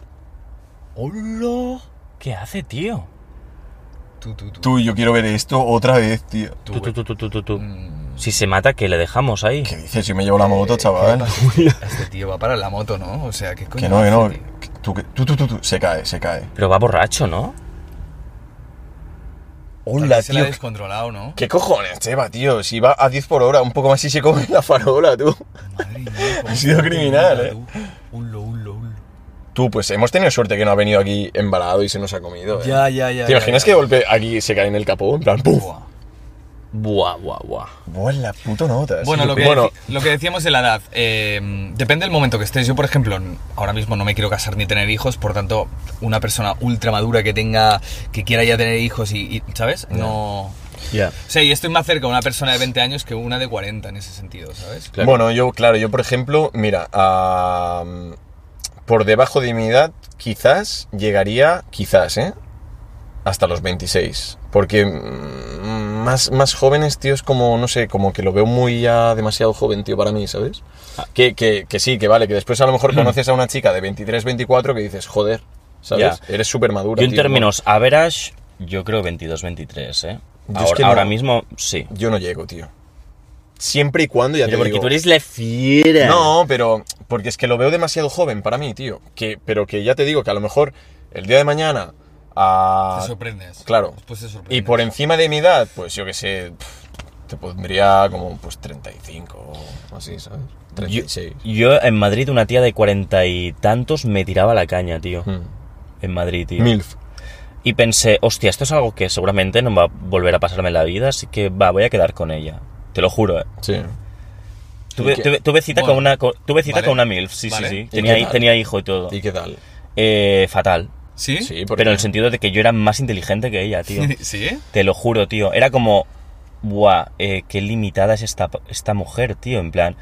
Hola. ¿Qué hace, tío?
Tú, tú, tú.
Tú, yo quiero ver esto otra vez, tío.
tú,
Tú, tú,
güey.
tú, tú, tú, tú, tú.
Mm.
Si se mata, que le dejamos ahí.
Eh, ¿Qué dices? Yo me llevo la moto, <laughs> chaval.
Este tío va para la moto, ¿no? O sea, ¿qué coño?
Que no, que no.
hace, tío?
Tú, que- tú, tú, tú, tú. Se cae, se cae.
Pero va borracho, ¿no?
Tal
Hola,
vez Se la ha
tío.
descontrolado, ¿no?
¿Qué cojones, Cheva, tío? Si va a 10 por hora, un poco más y se come la farola, tú.
Madre mía, cómo
<laughs> Ha sido
se-
criminal,
Hola,
¿eh?
tú. Hullo, hullo, hullo.
Tú, pues hemos tenido suerte que no ha venido aquí embalado y se nos ha comido, ¿eh?
Ya, ya, ya.
¿Te
ya,
imaginas
ya.
que de golpe aquí se cae en el capó? En plan, ¡puf!
Buah.
Buah, buah, buah.
Buena puto nota.
Bueno,
sí.
lo que, deci- lo que decíamos de la edad, eh, depende del momento que estés. Yo, por ejemplo, n- ahora mismo no me quiero casar ni tener hijos, por tanto, una persona ultra madura que tenga, que quiera ya tener hijos y, y, ¿sabes? No...
Ya.
O sea, y estoy más cerca de una persona de 20 años que una de 40 en ese sentido, ¿sabes?
Claro.
Bueno, yo, claro, yo por ejemplo, mira, a, por debajo de mi edad, quizás llegaría, quizás, ¿eh? Hasta los 26. Porque mm, más, más jóvenes, tío, es como, no sé, como que lo veo muy ya demasiado joven, tío, para mí, ¿sabes?
Ah.
Que, que, que sí, que vale, que después a
<clears throat>
lo mejor conoces a una chica de 23, 24 que dices, joder, ¿sabes? Eres súper madura.
Yo en
tío, ¿no?
términos average, yo creo 22-23, ¿eh?
Yo es
Ahora,
que no.
ahora mismo, sí.
Yo no llego, tío. Siempre y cuando ya
Pero
te
porque
digo-
tú eres la fiera.
No, pero porque es que lo veo demasiado joven para mí, tío. Que, pero que ya te digo que a lo mejor el día de mañana... ah,
Te sorprendes.
Claro.
Después te sorprendes.
Y por encima de mi edad, pues yo que sé, pf, te pondría como pues 35 o así, ¿sabes?
Yo,
36.
yo en Madrid una tía de cuarenta y tantos me tiraba la caña, tío.
Mm.
En Madrid, tío.
Milf.
Y pensé, hostia, esto es algo que seguramente no va a volver a pasarme en la vida, así que va, voy a quedar con ella. Te lo juro, ¿eh?
Sí.
Tuve,
¿Y qué-
tuve- tuve cita,
Bueno,
con, una, co- tuve cita
vale.
con una MILF, sí,
Vale.
sí, sí.
¿Y
Tenía,
qué
hi-
tal?
tenía hijo y todo.
¿Y qué tal?
Eh, fatal.
¿Sí?
¿por
Pero en
qué?
el sentido de que yo era más inteligente que
<laughs>
ella, tío.
¿Sí?
Te lo juro, tío. Era como, buah, eh, qué limitada es esta, esta mujer, tío. En plan,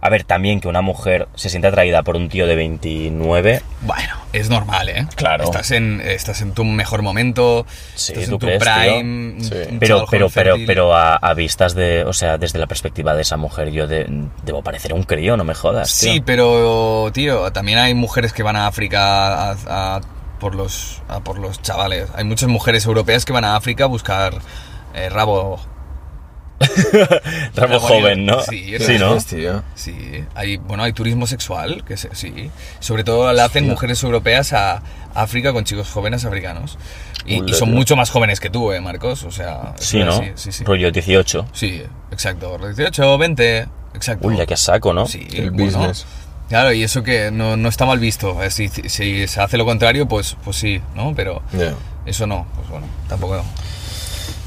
a ver, también que una mujer se sienta atraída por un tío de 29.
Bueno, es normal, ¿eh?
Claro.
Estás en, estás en tu mejor momento,
Sí,
estás en
¿tú
tu
crees,
prime.
tío? Sí.
un
Pero,
chaval
pero,
joven
pero,
fértil.
pero a, a vistas de, o sea, desde la perspectiva de esa mujer, yo de- debo parecer un crío, no me jodas.
Sí,
tío.
pero, tío, también hay mujeres que van a África a, a- por, los, a por los chavales. Hay muchas mujeres europeas que van a África a buscar eh, rabo
Ramo joven, ¿no?
Sí, era-
sí ¿no?
Gracias, tío.
Sí, hay, bueno, hay turismo sexual, que se- sí. Sobre todo la hacen mujeres europeas a África con chicos jóvenes africanos. Y,
Hola,
y son
tío.
mucho más jóvenes que tú, ¿eh, Marcos? O sea, es
Sí, ¿no?
así, Sí, sí.
Rollo 18.
Sí, exacto. 18, 20, exacto.
Uy, ya que saco, ¿no?
Sí,
El
bueno.
business.
Claro, y eso que no, no está mal visto. eh, Si, si se hace lo contrario, pues, pues sí, ¿no? Pero
Ya.
eso no, pues bueno, tampoco.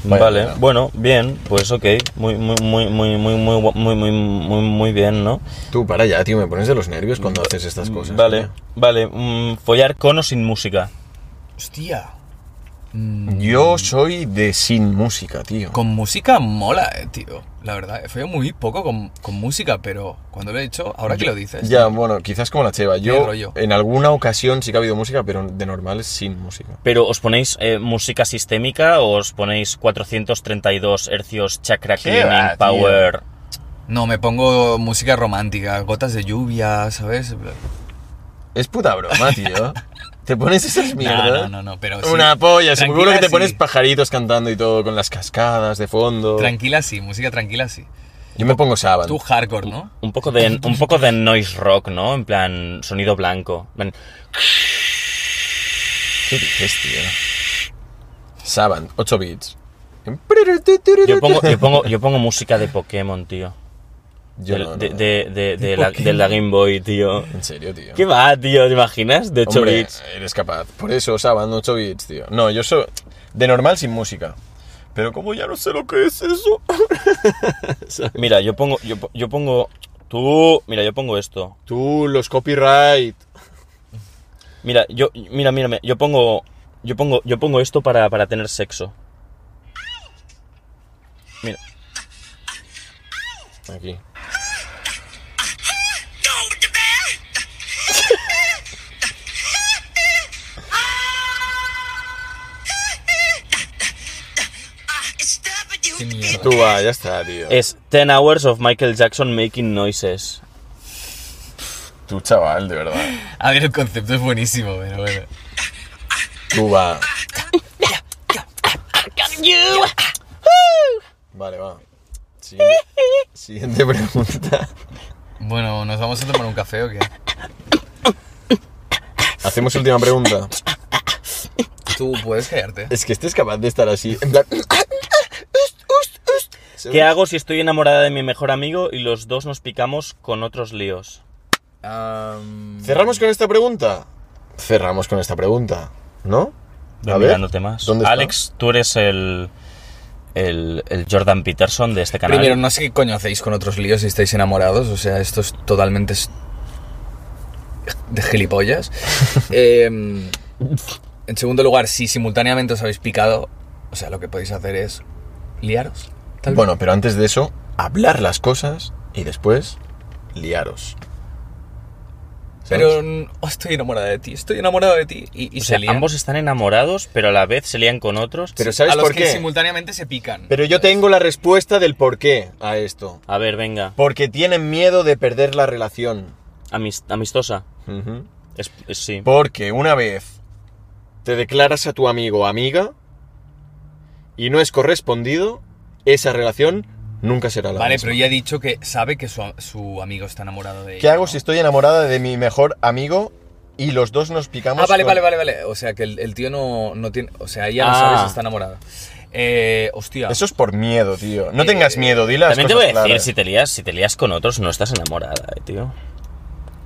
Vaya
vale,
mierda.
bueno, bien, pues ok. Muy, muy, muy, muy, muy, muy, gu- muy, muy, muy, muy bien, ¿no?
Tú, para ya, tío, me pones de los nervios cuando haces estas cosas.
Vale,
tío.
vale. mm, follar con o sin música.
Hostia.
Yo soy de sin música, tío.
Con música mola, eh, tío. La verdad, fue muy poco con, con música, pero cuando lo he hecho, ahora que lo dices.
Ya, bueno, quizás como la Cheva.
Qué
Yo,
rollo.
en alguna ocasión sí que ha habido música, pero de normal es sin música.
Pero ¿os ponéis eh, música sistémica o os ponéis 432 hercios chakra
¿Qué
cleaning
va, tío?
power?
No, me pongo música romántica, gotas de lluvia, ¿sabes?
Es puta
<laughs>
broma, tío. Te pones esas mierdas.
No, no, no, no, pero sí.
Una polla, seguro
Tranquila,
que te
sí.
pones pajaritos cantando y todo con las cascadas de fondo.
Tranquila sí, música tranquila sí.
Yo me pongo sábado.
Tú hardcore, ¿no?
Un poco
<laughs>
de un poco de noise rock, ¿no? En plan sonido blanco. En plan,
¿Qué dices, tío? Saban, 8 bits.
Yo
<laughs>
pongo, yo pongo, yo pongo música de Pokémon, tío.
Yo
Del-
no, no,
de,
no.
de- de- de la, de la Game Boy, tío.
En serio, tío.
¿Qué va, tío? ¿Te imaginas? De
Hombre,
Chorits.
eres capaz. Por eso, Saban, 8 bits, tío. No, yo soy de normal sin música. Pero como ya no sé lo que es eso.
Mira, yo pongo, yo, po- yo pongo. Tú. Mira, yo pongo esto.
Tú, los copyright.
Mira, yo. Mira, mírame. Yo pongo. Yo pongo. Yo pongo esto para, para tener sexo. Mira.
Aquí.
Qué mierda.
Tú va, ya está, tío.
Es 10 hours of Michael Jackson making noises.
Tú, chaval, de verdad.
A ver, el concepto es buenísimo, pero bueno.
Tú va. Vale, va. Siguiente, siguiente pregunta.
Bueno, ¿nos vamos a tomar un café o qué?
Hacemos última pregunta.
Tú puedes callarte.
Es que estés capaz de estar así, en plan...
¿Qué hago si estoy enamorada de mi mejor amigo y los dos nos picamos con otros líos?
¿Cerramos con esta pregunta? Cerramos con esta pregunta, ¿no?
Voy mirándote más.
¿dónde está?
Alex, tú eres el, el, el Jordan Peterson de este canal.
Primero, no sé qué coño hacéis con otros líos si estáis enamorados. O sea, esto es totalmente es- de gilipollas.
<laughs>
Eh, en segundo lugar, si simultáneamente os habéis picado, o sea, lo que podéis hacer es liaros. tal vez.
Bueno, pero antes de eso, hablar las cosas y después liaros. ¿Sabes?
pero mm, oh, estoy enamorada de ti, estoy enamorado de ti. Y, y
O
se
sea,
lían.
ambos están enamorados, pero a la vez se lían con otros.
Pero
a
¿sabes
los
por
que
qué?
simultáneamente se pican.
Pero yo tengo la respuesta del por qué a esto.
A ver, venga.
Porque tienen miedo de perder la relación.
Amis- amistosa. Es, es- sí.
Porque una vez te declaras a tu amigo o amiga y no es correspondido, esa relación nunca será la
Vale,
misma.
pero ya ha dicho que sabe que su, su amigo está enamorado de
¿Qué
ella,
hago
¿no?
si estoy enamorada de mi mejor amigo y los dos nos picamos?
Ah, vale,
con-
vale, vale, vale. O sea, que el, el tío no, no tiene. O sea, ella no
Ah.
sabe si está enamorada. Eh, hostia.
Eso es por miedo, tío. No
Eh,
tengas miedo, di las
También te voy a
cosas
decir,
claras.
si, te lías, si te lías con otros, no estás enamorada, eh, tío.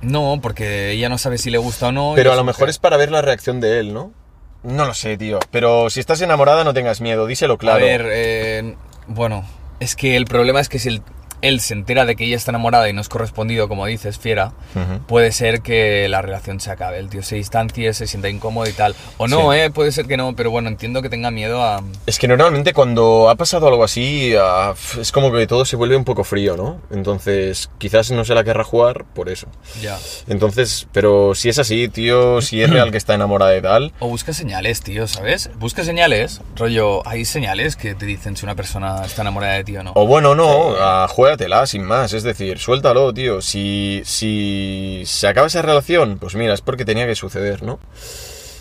No, porque ella no sabe si le gusta o no.
Pero
y
a lo
eso
mejor
que-
es para ver la reacción de él, ¿no? No lo sé, tío. Pero si estás enamorada, no tengas miedo, díselo claro.
A ver, eh, bueno, es que el problema es que si el- él se entera de que ella está enamorada y no es correspondido, como dices, fiera,
Ujú.
puede ser que la relación se acabe. El tío se distancie, se sienta incómodo y tal. O no, eh, puede ser que no, pero bueno, entiendo que tenga miedo a.
Es que normalmente cuando ha pasado algo así, ah, f- es como que todo se vuelve un poco frío, ¿no? Entonces, quizás no se la querrá jugar por eso.
Ya.
Entonces, pero si es así, tío, si es real que está enamorada de tal,
O busca señales, tío, ¿sabes? Busca señales, rollo, hay señales que te dicen si una persona está enamorada de ti o no.
o bueno, no, ah, juégatela sin más. Es decir, suéltalo, tío. Si, si se acaba esa relación, pues mira, es porque tenía que suceder, ¿no?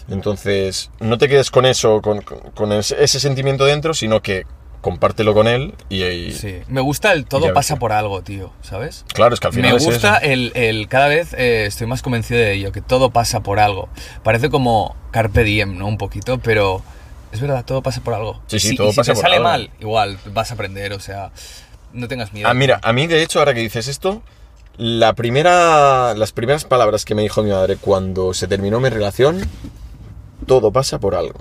Entonces, no te quedes con eso, con, con- con ese, ese sentimiento dentro, sino que compártelo con él y, y-
Sí. Me gusta el todo
Ya
pasa
ves.
por algo, tío, ¿sabes?
Claro, es que al final
Me
es
gusta
eso.
el, el- Cada vez eh, estoy más convencido de ello, que todo pasa por algo. Parece como Carpe Diem, ¿no? Un poquito, pero es verdad, todo pasa por algo.
Sí, sí,
Si-
todo
y si
pasa
te
por
sale
algo.
mal, igual vas a aprender, o sea, no tengas miedo.
Ah, mira, a mí de hecho, ahora que dices esto, la primera, las primeras palabras que me dijo mi madre cuando se terminó mi relación, todo pasa por algo.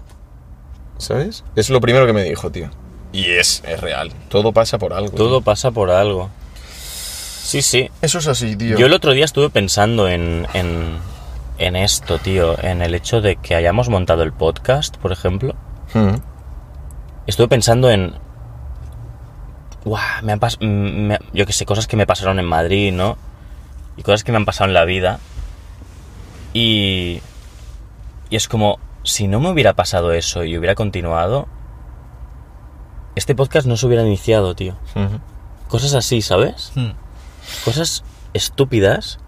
¿Sabes? Es lo primero que me dijo, tío. Y es, es real. Todo pasa por algo.
Todo pasa por algo. Sí, sí.
tío. Eso es así, tío.
Yo el otro día estuve pensando en, en, en esto, tío, en el hecho de que hayamos montado el podcast, por ejemplo.
Mm.
Estuve pensando en... Guau, me han pas- mm, me- yo qué sé, cosas que me pasaron en Madrid, ¿no? Y cosas que me han pasado en la vida. Y... Y es como, si no me hubiera pasado eso y hubiera continuado, este podcast no se hubiera iniciado, tío.
Ujú.
Cosas así, ¿sabes?
Hmm.
cosas estúpidas.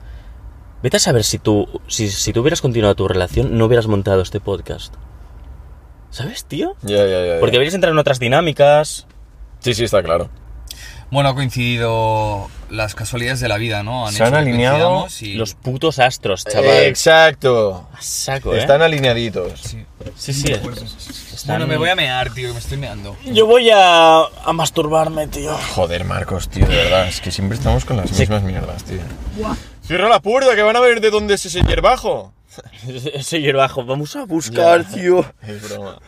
Vete a saber si tú, si, si tú hubieras continuado tu relación, no hubieras montado este podcast. ¿Sabes, tío?
Ya, ya, ya, ya.
Porque habrías entrado en otras dinámicas.
Sí, sí, está claro.
Bueno, ha coincidido las casualidades de la vida, ¿no?
Se han
hecho que
alineado
coincidamos y-
Los putos astros, chaval.
Exacto.
A saco, ¿eh?
Eh, Están alineaditos.
Sí.
Sí, sí. eh.
Bueno, me voy a mear, tío, que me estoy meando.
Yo voy a, a masturbarme, <laughs> tío.
Joder, Marcos, tío, de verdad. Es que siempre estamos con las
Sí.
mismas mierdas, tío. Cierra la puerta, que van a ver de dónde es ese hierbajo.
Ese hierbajo, vamos a buscar, tío.
Es broma.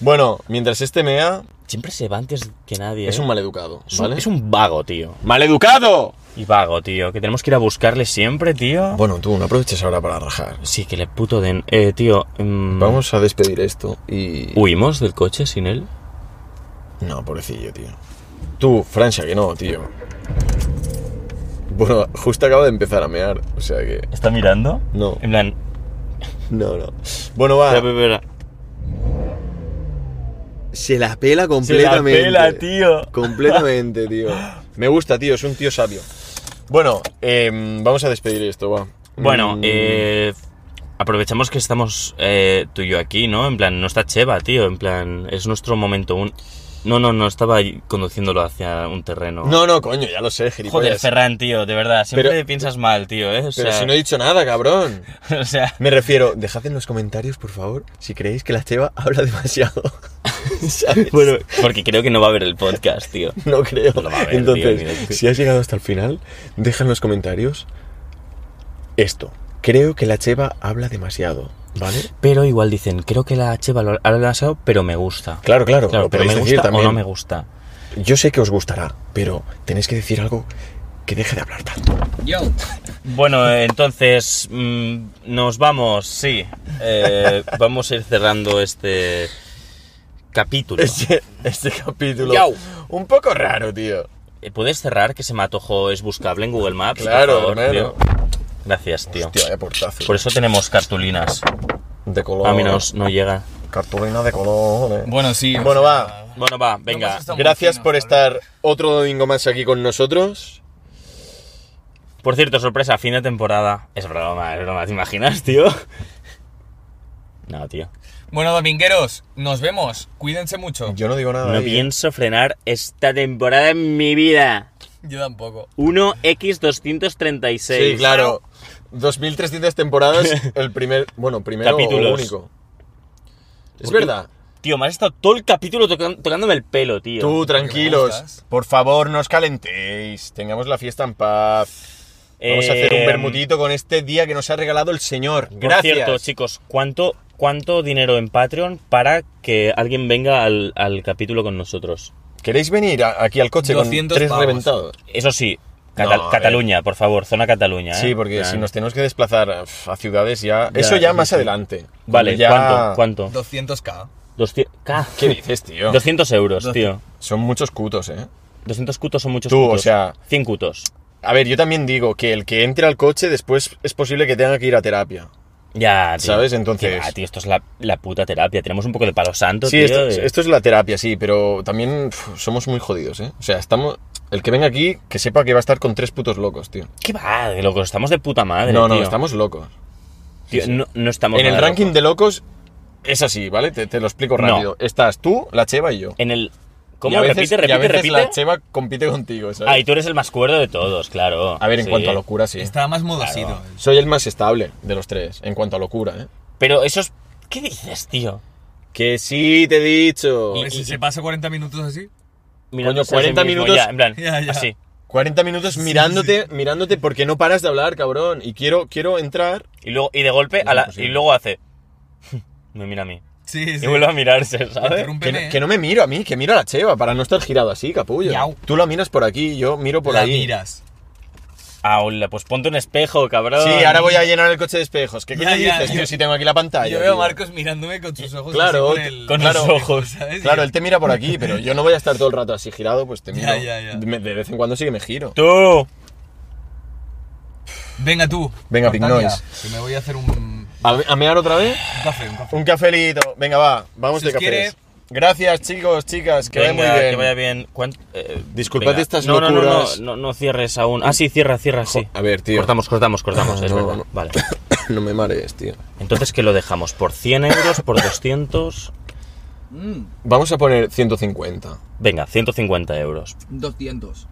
Bueno, mientras este mea,
Siempre se va antes que nadie.
es
¿eh?
un maleducado,
Es un-
¿vale?
es un vago, tío.
maleducado.
Y vago, tío. Que tenemos que ir a buscarle siempre, tío.
Bueno, tú no aproveches ahora para rajar.
Sí, que le puto den. Eh, tío. mm,
Vamos a despedir esto y...
¿Huimos del coche sin él?
No, pobrecillo, tío. Tú, Francia, que no, tío. Bueno, justo acabo de empezar a mear, o sea que...
¿Está mirando?
No.
En plan.
No, no. Bueno, va.
espera, espera, espera.
Se la pela
Se la
completamente.
pela, tío.
Completamente, tío. Me gusta, tío, es un tío sabio. Bueno, em, vamos a despedir esto, va.
Bueno,
Mm,
eh, aprovechamos que estamos eh, tú y yo aquí, ¿no? En plan, no está Cheva, tío. En plan, es nuestro momento. Un... No, no, no, estaba ahí conduciéndolo hacia un terreno.
No, no, coño, ya lo sé, gilipollas.
Joder, Ferran, tío, de verdad. Siempre
Pero-
piensas mal, tío, ¿eh? O
Pero
sea,
si no he dicho nada, cabrón.
<laughs> o sea,
Me refiero, dejad en los comentarios, por favor, si creéis que la Cheva <laughs> habla demasiado. ¿Sabes?
bueno, porque creo que no va a haber el podcast, tío.
No creo.
No lo va a ver,
Entonces,
tío, ni de-
si has llegado hasta el final, deja en los comentarios esto. Creo que la Cheva habla demasiado, ¿vale?
Pero igual dicen, creo que la Cheva lo ha lanzado, pero me gusta.
Claro, claro,
Claro,
lo
pero
podéis
me
decir
gusta o
también.
no me gusta.
Yo sé que os gustará, pero tenéis que decir algo que deje de hablar tanto.
<laughs>
Yo.
Bueno, eh, entonces mm, nos vamos, sí.
<laughs>
Eh, vamos a ir cerrando este capítulo.
Este, este capítulo.
Yau.
Un poco raro, tío.
Eh, ¿Puedes cerrar que ese matojo es buscable en Google Maps? por
Claro,
favor,
hermano.
tío? Gracias, tío.
Hostia, vaya portazo.
Por eso tenemos cartulinas.
De color.
A mí no, no llega.
Cartulina de color.
Bueno, sí. o
Bueno,
sea,
va.
Bueno, va, venga.
estamos
Gracias
finos,
por
cabrón.
estar otro domingo más aquí con nosotros.
Por cierto, sorpresa, fin de temporada. Es broma, es broma, ¿te imaginas, tío? No, tío.
Bueno, domingueros, nos vemos. Cuídense mucho.
Yo no digo nada.
No
ahí, ¿eh?
pienso frenar esta temporada en mi vida.
Yo tampoco.
1X236.
Sí, claro.
<laughs>
2300 temporadas, el primer. Bueno, primero
Capítulos.
o único. Es verdad.
Tío, me has estado todo el capítulo tocan- tocándome el pelo, tío.
Tú, tranquilos.
gustas.
Por favor, no os calentéis. Tengamos la fiesta en paz. Vamos a hacer un
Eh,
bermudito con este día que nos ha regalado el señor.
Por
Gracias.
cierto, chicos, ¿cuánto, ¿cuánto dinero en Patreon para que alguien venga al, al capítulo con nosotros?
¿Queréis venir a- aquí al coche
200
con tres
pavos.
reventados?
Eso sí, Cata-
No, a ver.
Cataluña, por favor, zona Cataluña. ¿eh?
Sí, porque
Plan.
si nos tenemos que desplazar uf, a ciudades ya...
Ya,
eso ya
eso
más
sí.
adelante.
Vale,
Cuando ya- Ah,
¿cuánto? ¿Cuánto?
200k.
200, ca-
¿Qué dices, tío?
200 euros, tío.
Son muchos cutos, ¿eh?
200 cutos son muchos
Tú, o
cutos.
sea-
100 cutos.
A ver, yo también digo que el que entre al coche después es posible que tenga que ir a terapia.
Ya, tío.
¿Sabes? Entonces-
Ya, tío, esto es la, la puta terapia. Tenemos un poco de palo santo,
Sí,
tío.
esto,
de-
esto es la terapia, sí, pero también uf, somos muy jodidos, ¿eh? O sea, estamos... El que venga aquí, que sepa que va a estar con tres putos locos, tío.
¿Qué va? De locos, estamos de puta madre,
no, no,
tío.
estamos locos.
Tío,
sí.
No, no estamos ¿eh?
en el
nada
ranking
locos.
de locos es así, ¿vale? Te, te lo explico
No.
rápido. Estás tú, la Cheva y yo.
En el ¿Cómo?
y a veces,
repite,
y a
repite,
veces la
repite.
cheva compite contigo, ¿sabes?
Ah, y tú eres el más cuerdo de todos, claro.
a ver, en
Sí.
cuanto a locura, sí.
Estaba más modosido.
Soy el más estable de los tres, en cuanto a locura, ¿eh?
Pero eso es... ¿Qué dices, tío?
Que sí, te he dicho.
Y-
¿Se, se pasa 40 minutos así?
Mirándose a sí
40
mismo,
minutos-
ya, en
<laughs>
plan,
Ya, ya.
así.
40 minutos mirándote, mirándote porque no paras de hablar, cabrón. Y quiero, quiero entrar.
Y, luego, y de golpe, a la- y
imposible.
luego hace... <laughs> Me mira a mí.
Sí, sí.
Y vuelve a mirarse, ¿sabes?
Que, no-
Interrúmpeme.
que no me miro a mí, que miro a la cheva para no estar girado así, capullo.
Miau.
Tú la miras por aquí, yo miro por
la
ahí.
miras.
Ah, hola, pues ponte un espejo, cabrón.
Sí, ahora voy a llenar el coche de espejos. ¿Qué
Ya,
coño
ya,
dices,
yo-
tío, si tengo aquí la pantalla?
Yo veo a
tío?
Marcos mirándome con sus ojos.
Eh, Claro,
así con el-
con
claro,
los ojos.
¿sabes?
Claro, él te mira por aquí, pero yo no voy a estar todo el rato así girado, pues te miro.
<laughs> Ya, ya, ya.
Me- De vez en cuando sí que me giro.
Tú.
Venga tú.
Venga, Pink
Cortad ya,
Noise.
Que me voy a hacer un, un
¿A, a mear otra vez?
café, un café.
Un cafelito. Venga, va, vamos
Si
de
os quiere-
cafés. Gracias, chicos, chicas, que
venga,
vaya muy bien.
que vaya bien. ¿Cuán- eh,
Disculpad
venga.
estas
no, no, no, no,
locuras.
no, no cierres aún. Ah, sí, cierra, cierra, sí.
A ver, tío.
Cortamos, cortamos, cortamos,
Ah,
es
no,
verdad.
no.
Vale.
<coughs> <laughs> no me marees, tío.
Entonces, ¿qué lo dejamos? ¿Por 100 euros? ¿Por 200?
Vamos a poner 150.
Venga, 150 euros.
200.